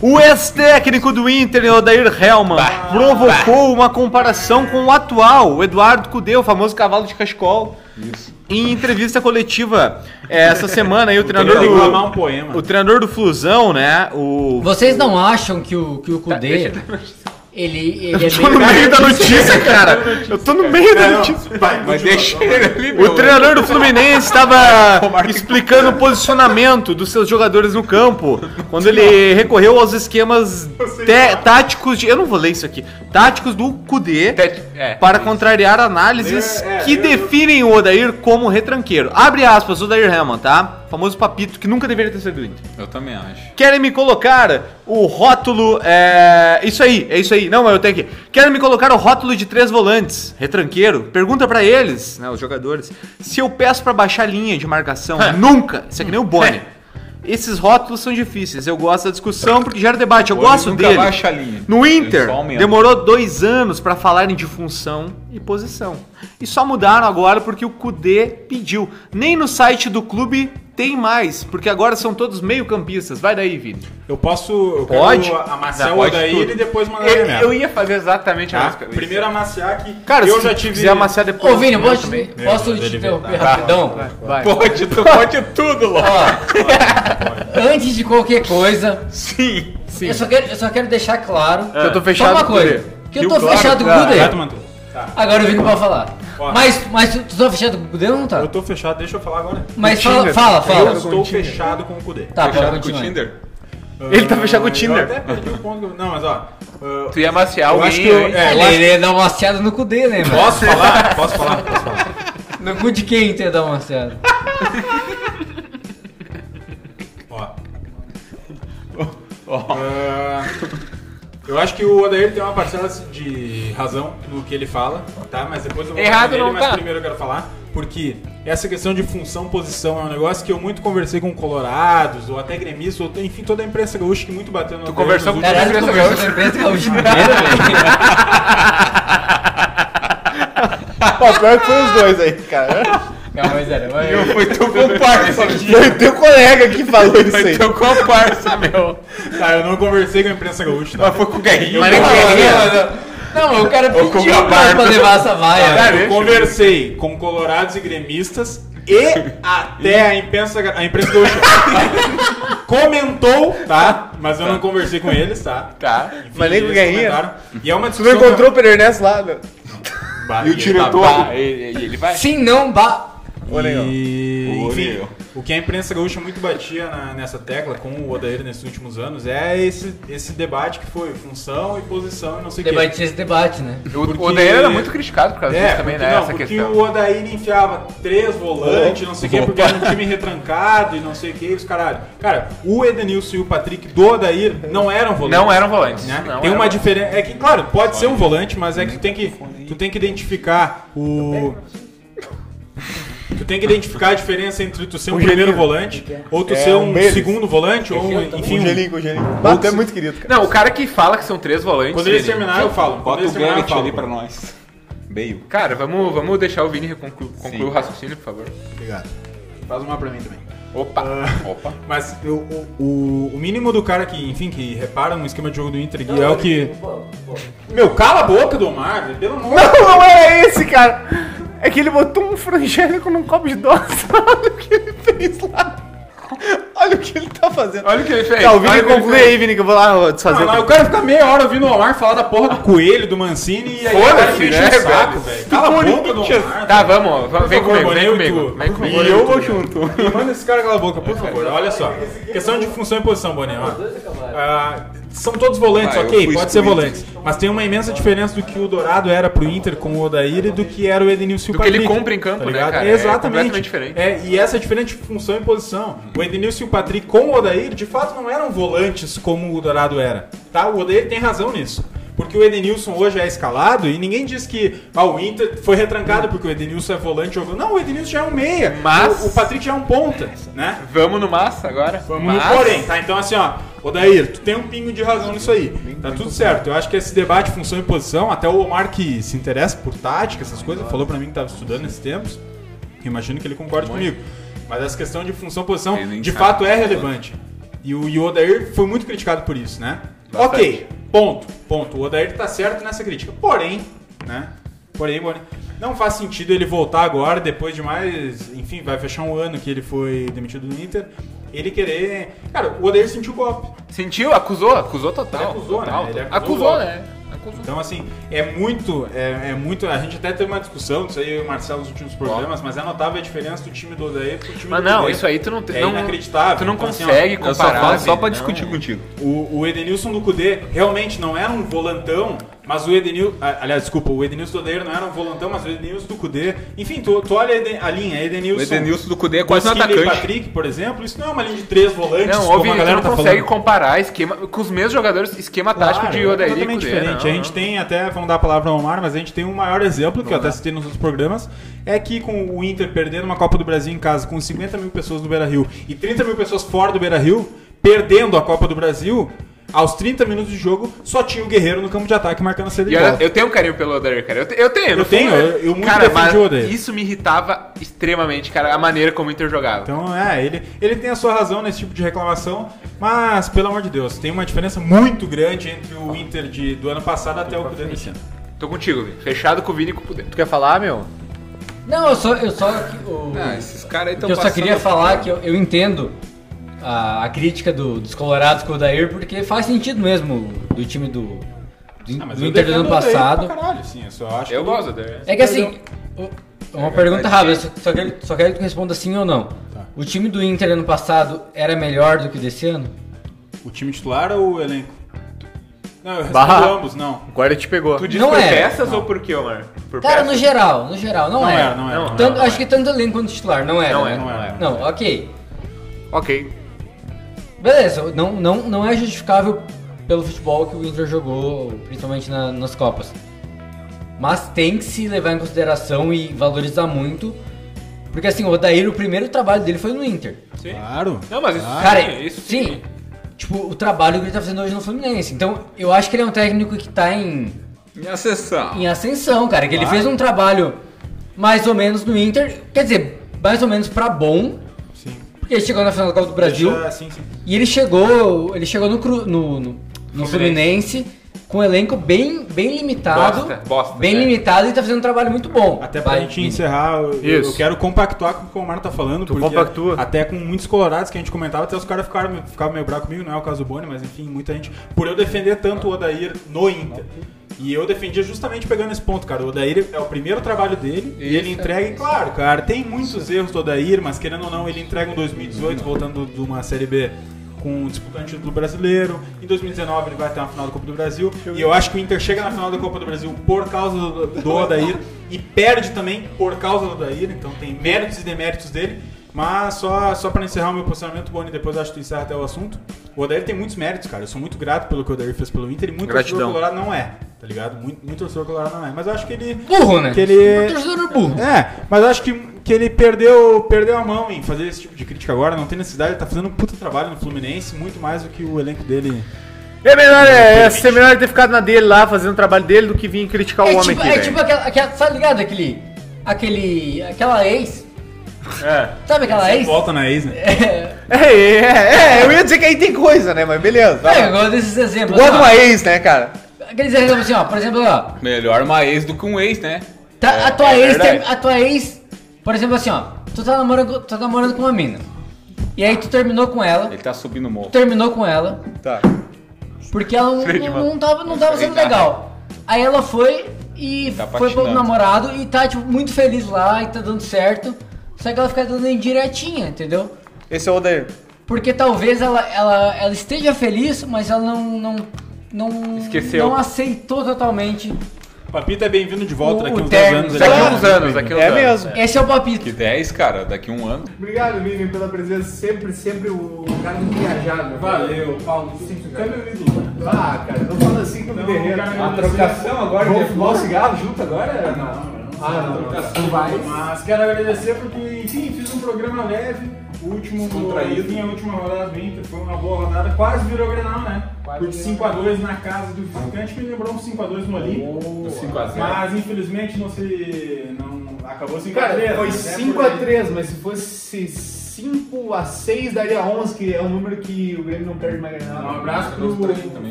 O ex-técnico do Inter, Odair Hellman, provocou uma comparação com o atual, o Eduardo Cudê, o famoso cavalo de cachecol. Em entrevista coletiva é, essa semana, aí, o Ele treinador tem que amar um do. poema. O treinador do Flusão, né? O. Vocês não acham que o, que o Kudê, ele, ele Tá, Eu é tô no meio... meio da notícia, cara! Eu tô no meio da Não, notícia! vai, Mas continua. deixa ele ali, O meu. treinador do Fluminense estava explicando o posicionamento dos seus jogadores no campo quando ele recorreu aos esquemas te- táticos de. Eu não vou ler isso aqui. Táticos do Kudê É. para contrariar análises É, é, que eu- definem o Odair como retranqueiro. Abre aspas, Odair Hammond, tá? Famoso papito que nunca deveria ter sido do Inter. Eu também acho. Querem me colocar o rótulo. É. Isso aí, é isso aí. Não, mas eu tenho aqui. Querem me colocar o rótulo de três volantes, retranqueiro. Pergunta pra eles, né, os jogadores, se eu peço pra baixar a linha de marcação. Nunca! Isso é que nem o Boni. Esses rótulos são difíceis. Eu gosto da discussão porque gera debate. Eu Boni gosto nunca dele. baixa a linha. No Ele Inter, só aumenta. demorou dois anos pra falarem de função e posição. E só mudaram agora porque o Kudê pediu. Nem no site do clube tem mais, porque agora são todos meio-campistas. Vai daí, Vini. Eu posso. Eu Pode? Quero amaciar Não, o pode Odair tudo. e depois mandar É, ele Eu, né? eu merda. ia fazer exatamente a Tá? mesma coisa. Primeiro amaciar que. Cara, eu se já tu tive. quiser amaciar depois... Ô, Vini, posso, te- Meu posso Deus, te ele interromper vai. rapidão? Vai. Pode, tu pode tudo, Ló. Antes de qualquer coisa, Sim. eu só quero, eu só quero deixar claro... eu tô fechado Só uma com o coisa, Kudê. que eu Viu? tô Claro, fechado com o claro. Kudê. Vai, tu mandou. Tá. Agora o Vini pode falar. Bora. Mas, mas tu, tu tá fechado com o Kudê ou não tá? Eu tô fechado, deixa eu falar agora. Mas Tinder. fala, fala, Eu fala. estou fechado com o Kudê. Ah, Tá, pode Fechado com o continuar. Tinder? Ele tá fechado com o Tinder. é Eu até perdi o ponto. que eu- Não, mas ó. uh, Tu ia maciar eu alguém acho que eu, antes. é, eu Ele, acho- ele dá uma maciada no Kudê, né, mano? Posso falar? Posso falar? Posso falar? No cu de quem tu ia dar uma maciada? Ó. Ah, eu acho que o Odair tem uma parcela de razão no que ele fala, tá? Mas depois eu vou Errado falar dele, não mas tá. primeiro eu quero falar, porque essa questão de função, posição é um negócio que eu muito conversei com colorados, ou até gremistas, ou enfim, toda a imprensa gaúcha que muito bateu no Tu conversou com Caralho, tu conversou com a imprensa gaúcha inteira, velho. Ó, pior que foi os dois aí, cara. Não, mas era, mas... Foi teu comparsa aqui. Foi o teu colega que falou isso Foi teu comparsa, meu. Tá, eu não conversei com a imprensa gaúcha, tá? Mas foi com o Guerrinho. Não, não, não, não, o cara Ou com pediu uma pra barba. pra levar essa vaia. Cara, eu conversei com colorados e gremistas e até a imprensa, a imprensa gaúcha comentou, tá? Mas eu não conversei com eles, tá? Tá. Enfim, Mas nem com eles Guerrinha. comentaram. E é uma Tu não discussão... encontrou o Pedernés lá, meu. Bah, E o diretor? Bah, e- e- e ele vai. Sim, não, ba... E, Ô, enfim, Neil. o que a imprensa gaúcha muito batia na- nessa tecla com o Odair nesses últimos anos é esse, esse debate que foi função e posição e não sei o que. Debate esse debate, né? O, Porque- o Odair era muito criticado por causa disso também, É, porque né? não, essa porque questão. o Odair enfiava três volantes, não sei o que, porque era um time retrancado e não sei o que, os caralho. Cara, o Edenilson e o Patrick do Odair não eram volantes. Não eram volantes. né? Não tem eram. uma diferença. É que, claro, pode ser um volante, mas é que tu tem que, tu tem que identificar o. Tu tem que identificar a diferença entre tu ser um, primeiro volante, ou É, tu ser um, segundo volante, ou enfim. um- Bah, tu é muito querido, cara. Não, o cara que fala que são três volantes. Quando eles ele- terminar, eu falo. Quando Bota o eles terminar, eu Garrett falo. ali pra nós. Meio. Cara, vamos, vamos deixar o Vini conclu- concluir Sim. o raciocínio, por favor. Obrigado. Faz uma pra mim também. Opa! Ah. Opa! Mas o, o- o, o mínimo do cara que, enfim, que repara um esquema de jogo do Inter, que é o que. Meu, cala a boca do Omar, velho, pelo amor de Não, não era esse, cara. É que ele botou um frangélico num copo de doce. Olha o que ele fez lá. Olha o que ele tá fazendo. Olha o que ele fez. Tá, o Vini Olha o que ele conclui fez. aí, Vini, que eu vou lá Ah, desfazer Não, não, o... o cara fica meia hora ouvindo o Omar falar da porra do coelho, do Mancini e aí Foda-se, agora ele enche né, o saco, velho? velho. Cala a boca do Omar. Tá, vamos, vamos vem Por favor, comigo, vem Boninho, comigo. tu- Vem por comigo. favor, E eu vou Túlio. junto. E manda esse cara calar a boca, por favor. Olha só. Questão de função e posição, Boninho. ó. Ah, são todos volantes, Ah, eu ok, fui pode ser excluído. volantes. Mas tem uma imensa diferença do que o Dourado era pro Inter com o Odair e do que era o Edenilson e o Do que ele Patrick, Tá cumpre em campo, né, ligado? cara? É Exatamente. completamente diferente. É, e essa é diferente de função e posição. O Edenilson e o Patrick com o Odair, de fato, não eram volantes como o Dourado era. Tá? O Odair tem razão nisso. Porque o Edenilson hoje é escalado e ninguém diz que ah, o Inter foi retrancado porque o Edenilson é volante jogando. Não, o Edenilson já é um meia. Mas- O, o Patrick já é um ponta, né? Vamos no massa agora? Vamos no Mas- porém, tá? Então assim, ó, Odair, tu tem um pingo de razão nisso aí. Tá tudo certo. Eu acho que esse debate função e posição, até o Omar que se interessa por tática, essas coisas, falou pra mim que tava estudando esses tempos. Imagino que ele concorde comigo. Mas essa questão de função e posição, Ele nem de sabe. fato, é relevante. E o e o Odair foi muito criticado por isso, né? Bastante. Ok, ponto, ponto. O Odair tá certo nessa crítica. Porém, né? Porém, Boni, não faz sentido ele voltar agora, depois de mais. Enfim, vai fechar um ano que ele foi demitido do Inter. Ele querer. Cara, o Odair sentiu o golpe. Sentiu? Acusou? Acusou total. Ele acusou, né? Total. Ele acusou acusou, o né? Acusou. Então, assim, é muito, é, é muito. A gente até teve uma discussão disso aí, eu e o Marcelo, nos últimos programas, mas é notável a diferença do time do Odair pro time Mas do não, Odair. isso aí tu não tem. É não, inacreditável. Tu não Então, assim, ó, consegue Eu comparar. só falo só velho, pra não. discutir contigo. O, o Edenilson do Cudê realmente não era um volantão, mas o Edenilson. Aliás, desculpa, o Edenilson do Odeiro não era um volantão, mas o Edenilson do Cudê. Enfim, tu, tu olha a, Eden- a linha, O Edenilson. Edenilson do Cudê é quase um Basquilha e atacante. Patrick, por exemplo, isso não é uma linha de três volantes, Não, como ouve, a tu galera não tá consegue falando. comparar esquema, com os mesmos jogadores, esquema tático de Claro, Odair. é totalmente Cudê, diferente. não, a gente não. tem até, vamos dar a palavra ao Omar, mas a gente tem um maior exemplo, que eu até citei nos outros programas, é que com o Inter perdendo uma Copa do Brasil em casa com 50 mil pessoas no Beira-Rio e 30 mil pessoas fora do Beira-Rio, perdendo a Copa do Brasil, aos 30 minutos de jogo, só tinha o Guerreiro no campo de ataque marcando a saída E de olha, bola. eu tenho um carinho pelo Odair, cara. Eu, te- eu tenho. no Eu tenho, fundo, eu- eu muito Cara, defendi mas o Odair. isso me irritava extremamente, cara, a maneira como o Inter jogava. Então, é, ele, ele tem a sua razão nesse tipo de reclamação, mas, pelo amor de Deus, tem uma diferença muito grande entre o Inter de, do ano passado até o tá que deu desse ano. Tô contigo, Vini. Fechado com o Vini e com o Puder. Tu quer falar, meu? Não, eu só. Eu só, que o- Ah, esses caras aí O tão que eu só passando queria a- falar que eu, eu entendo a, a crítica do- dos colorados com o Dair, porque faz sentido mesmo do time do, do, Ah, mas do eu Inter do defendo ano o Odair pra passado. Caralho, sim, eu só acho Eu que ele- gosto do Odair. É que assim, o- é uma pergunta rápida, só, só quero, só quero que tu responda sim ou não. O time do Inter ano passado era melhor do que desse ano? O time titular ou o elenco? Não, eu respondo Bah. ambos, não. O guarda te pegou. Tu diz Não por é. peças ou por quê, Omar? Por Cara, no peças? geral, no geral, não, Não era. era, não é, era. Não, é. Tanto- não acho que tanto elenco quanto titular, não era. Não né? era, não era. Não, ok. Ok. Beleza, não, não, não é justificável pelo futebol que o Inter jogou, principalmente na- nas Copas. Mas tem que se levar em consideração e valorizar muito. Porque assim, o Odair, o primeiro trabalho dele foi no Inter. Claro. Não, mas isso Cara, sim, Ah, é isso sim. Tipo, o trabalho que ele tá fazendo hoje no Fluminense. Então, eu acho que ele é um técnico que tá em, Minha sessão. em ascensão, cara. Que ele fez um trabalho mais ou menos no Inter. Quer dizer, mais ou menos pra bom. Sim. Porque ele chegou na final da Copa do Brasil. Deixa- sim, sim. E ele chegou, ele chegou no, Cru- no, no, no Fluminense. com um elenco bem, bem limitado. Bosta, bosta, bem né? limitado e tá fazendo um trabalho muito bom. Até pra Vai, gente Vini. encerrar, eu, Isso. eu quero compactuar com o que o Omar tá falando. Tu porque compactua. Até com muitos colorados que a gente comentava, até os caras ficaram, ficavam meio bravos comigo, não é o caso do Boni, mas enfim, muita gente. Por eu defender tanto o Odair no Inter. E eu defendia justamente pegando esse ponto, cara. O Odair é o primeiro trabalho dele e ele entrega, e claro, cara, tem muitos erros do Odair, mas querendo ou não, ele entrega um 2018 voltando de uma Série B com um disputando o título brasileiro. Em 2019 ele vai até uma final da Copa do Brasil. E eu acho que o Inter chega na final da Copa do Brasil por causa do, do Odair e perde também por causa do Odair. Então tem méritos e deméritos dele. Mas só, só para encerrar o meu posicionamento, Boni, depois eu acho que tu encerra até o assunto. O Odair tem muitos méritos, cara. Eu sou muito grato pelo que o Odair fez pelo Inter e muito Gratidão. torcedor colorado não é, tá ligado? Muito, muito torcedor colorado não é. Mas eu acho que ele. Burro, né? Que ele- Torcedor burro. É, mas eu acho que, que ele perdeu, perdeu a mão em fazer esse tipo de crítica agora. Não tem necessidade, ele tá fazendo um puta trabalho no Fluminense, muito mais do que o elenco dele. É melhor, é, é ser melhor ele ter ficado na dele lá, fazendo o trabalho dele, do que vir criticar o É homem tipo, aqui, é velho. tipo aquela, aquela. Tá ligado aquele. Aquele. Aquela ex? É. Sabe aquela ex? Volta na ex, né? É, é, é, eu ia dizer que aí tem coisa, né? Mas beleza. vai É, eu lá. gosto desses Tu exemplos. gosta de assim, uma ex, né, cara? ó. Aqueles exemplos assim, ó. Por exemplo, ó. Melhor uma ex do que um ex, né? Tá, a tua é ex. tem- verdade. a tua ex. Por exemplo, assim, ó. Tu tá namorando, tu tá namorando com uma mina. E aí tu terminou com ela, Ele tá subindo o tu morro. Então- terminou com ela, Tá. porque ela não, Freio de não, mão. não tava, não tava sendo Freio de mão. legal. Aí ela foi e Tá foi pro patinando. namorado e tá, tipo, muito feliz lá e tá dando certo. Só que ela fica dando indiretinha, entendeu? Esse é o Odair. Porque talvez ela, ela, ela esteja feliz, mas ela não. não não, Esqueceu. não aceitou totalmente. Papita é bem-vindo de volta O- daqui o uns 10 terno, anos. tá ele Daqui é a uns anos, daqui a uns É anos. mesmo. Esse é o Que papito. 10, cara, daqui um ano. Obrigado, Mini, pela presença. Sempre, sempre o cara muito viajado. Valeu, Paulo. Sempre É meu ídolo. Ah, cara, não fala assim com o Guerreiro. A trocação agora, Vou né? fumar um cigarro junto agora? Ah, não, não, não, não vai. Mas quero agradecer porque, enfim, fiz um programa leve, o último contraído. Enfim, a última rodada do Inter foi uma boa rodada, quase virou Grenal, né? Por 5x2 na casa do visitante, me lembrou um 5x2 no Oh. Olímpico. 5x0. Mas infelizmente não se. Não, acabou 5x3. Cara, foi né? 5x3, mas se fosse 5x6, daria 11, que é um número que o Grêmio não perde mais Um nada. abraço pro.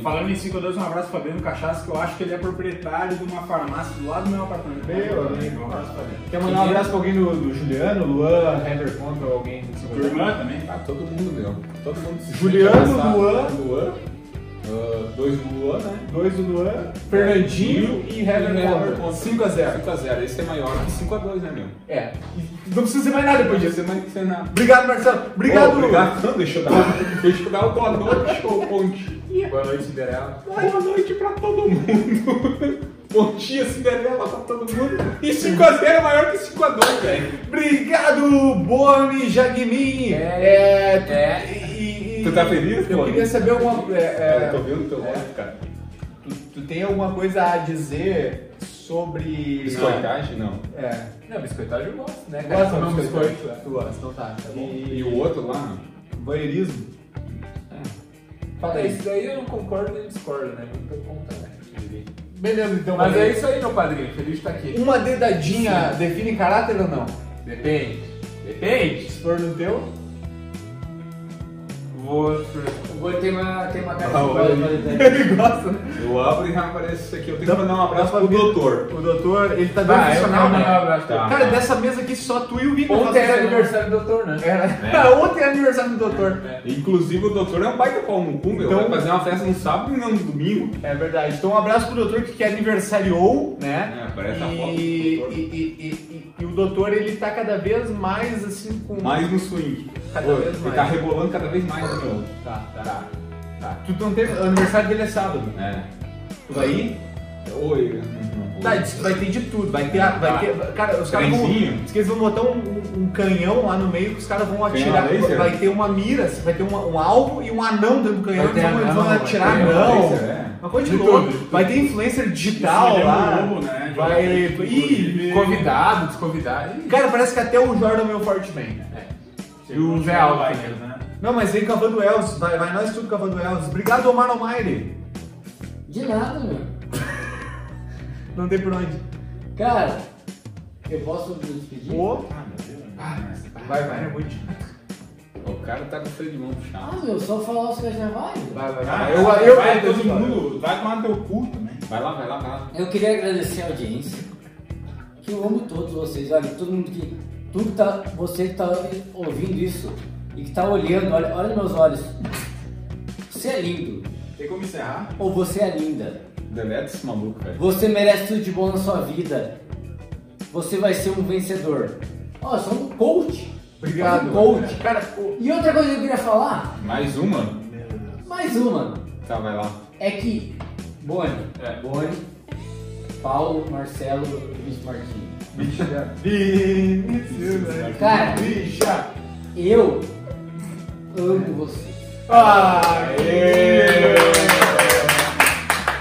Falando em 5x2, um abraço pro Fabiano Cachaça, que eu acho que ele é proprietário de uma farmácia do lado do meu apartamento. Meu amigo. Um abraço, Fabiano. Quer mandar um abraço pra alguém do, do Juliano, Luan, Heather Contra ou alguém? do seu Tua grupo? irmã também? Ah, todo mundo deu. Todo mundo se Juliano, sente abraçado. Luan. Luan. Ah, dois do Luan, né? Dois do Luan, Fernandinho e Heather Contra. 5x0. 5x0. Esse é maior que 5x2, né, meu? É. E Não precisa ser mais nada depois disso. Você vai ser na. Obrigado, Marcelo. Obrigado. Ô, obrigado. Não, deixa eu dar. deixa eu dar o boa noite, ô Ponte. Boa noite, Cinderela. Boa noite pra todo mundo. Bom dia, Cinderela, pra todo mundo. E 5x0 é maior que 5x2, velho. Obrigado, Boni Jagmin. É. tu- e- e- Tu tá feliz, Eu Boni? queria saber alguma. é, é, Eu tô vendo teu olho, cara. tu, tu tem alguma coisa a dizer sobre. Biscoitagem, não. É. Não, biscoitagem eu gosto, né? Gosta do biscoito? Tu gosta, então tá. Tá bom. E o outro lá? Voyeurismo. Fala É, aí. isso daí eu não concordo nem discordo, né? Não dou conta, né? Beleza, então. Mas é Boni. isso aí, meu padrinho. Feliz de estar aqui. Uma dedadinha define caráter ou não? Depende. Depende. Se for no teu. Vou... Vou ter uma, ter uma cara Ah, Ele gosta, né? Eu abro e já aparece isso aqui. Eu tenho que mandar um abraço pro doutor. O doutor, ele tá bem Ah, eu profissional, quero né? mandar um abraço pra ele. Cara, dessa mesa aqui só tu e o Vitor. fazem Ontem era isso, né? aniversário do doutor, né? Era. Ontem era aniversário do doutor. Inclusive o doutor é um baita pau no cu, meu. Então- Vai fazer uma festa no sábado e não no domingo. É verdade. Então um abraço pro doutor que, que aniversariou, né? É, parece a foto do e, doutor. e, e, e- e- e o doutor ele tá cada vez mais assim com. Mais no swing. Cada Ô, vez ele mais. tá rebolando cada vez mais, meu. Tá, tá. Tá. Tá. Tu não teve. O aniversário dele é sábado. É. Tu vai ir? Oi. não vou. Tá, diz que vai ter de tudo. Vai ter. a- Vai Tá. ter cara, os caras vão. Trenzinho. Diz que eles vão botar um, um- um canhão lá no meio que os caras vão Canhão atirar. laser? Vai ter uma mira, assim, vai ter um, um alvo e um anão dentro do canhão. Vai ter Eles vão, eles vão anão, vai atirar, ter não. laser, é. Uma coisa de, De louco. tudo, de tudo. Vai ter influencer digital Isso me um lembra lá. o Lobo, né? Vai. Ih, Convidado, desconvidado. Ih, Cara, parece que até o Jordan meu forte man. E um o Zé Alves, né? Não, mas vem cavando Elvis, vai, vai nós tudo cavando Elvis. Obrigado, Omar Almighty. De nada, meu. Não tem por onde. Cara, eu posso me despedir? Ô, Vai, vai, é muito O cara tá com o freio de mão puxado. Ah, meu, só falar os carnavais. Vai, vai, Ah, vai. eu, Eu, eu, vai eu- todo mundo, vai tomar no teu cu também. Vai lá, vai lá, vai lá. Eu queria agradecer a audiência. Que eu amo todos vocês, olha, todo mundo que. Tudo que tá. Você que tá ouvindo isso e que tá olhando, olha, olha nos meus olhos. Você é lindo. Tem como encerrar? Ou você é linda. Deleta esse maluco, velho. Você merece tudo de bom na sua vida. Você vai ser um vencedor. Ó, eu sou um coach. Obrigado. Um coach. Cara, o- E outra coisa que eu queria falar, Mais uma? mais uma. Tá, vai lá. É que Boni, É. Boni, Paulo, Marcelo e Luiz Martins. Vinícius, Cara, bicha. eu amo vocês. Aê!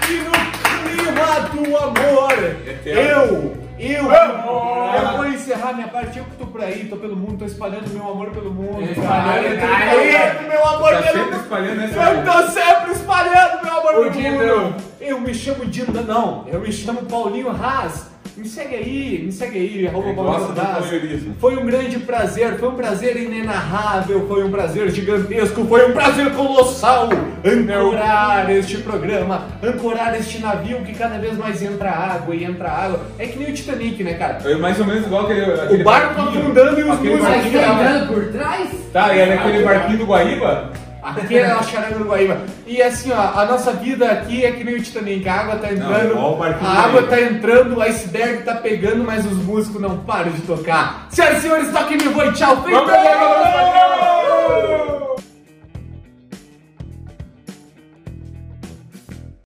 E no clima do amor, eu, eu, eu vou encerrar minha parte. Eu que tô por aí, tô pelo mundo, tô espalhando meu amor pelo mundo. Espalhando aí, meu amor Tá pelo sempre mundo. espalhando Eu essa. tô sempre espalhando meu amor pelo O Dindão. mundo. Eu me chamo Dinda, não. Eu me chamo Paulinho Haas. Me segue aí, me segue aí, arroba gosta Maurício do Das. voyeurismo. Foi um grande prazer, foi um prazer inenarrável, foi um prazer gigantesco, foi um prazer colossal ancorar este programa, ancorar este navio que cada vez mais entra água e entra água. É que nem o Titanic, né, cara? É mais ou menos igual aquele. O aquele barco barquinho. afundando e os Aquele músicos barquinho girando. entrando por trás? Tá, e era aquele barquinho do Guaíba? Aqui é a charanga do Guaíba. E assim, ó, a nossa vida aqui é que nem o Titanic. A água tá entrando, igual o barquinho a do água Guaíba. tá entrando, o iceberg tá pegando, mas os músicos não param de tocar. Senhoras e senhores, toque me vou e tchau. Feito! Vamos pegar a galera do patrão!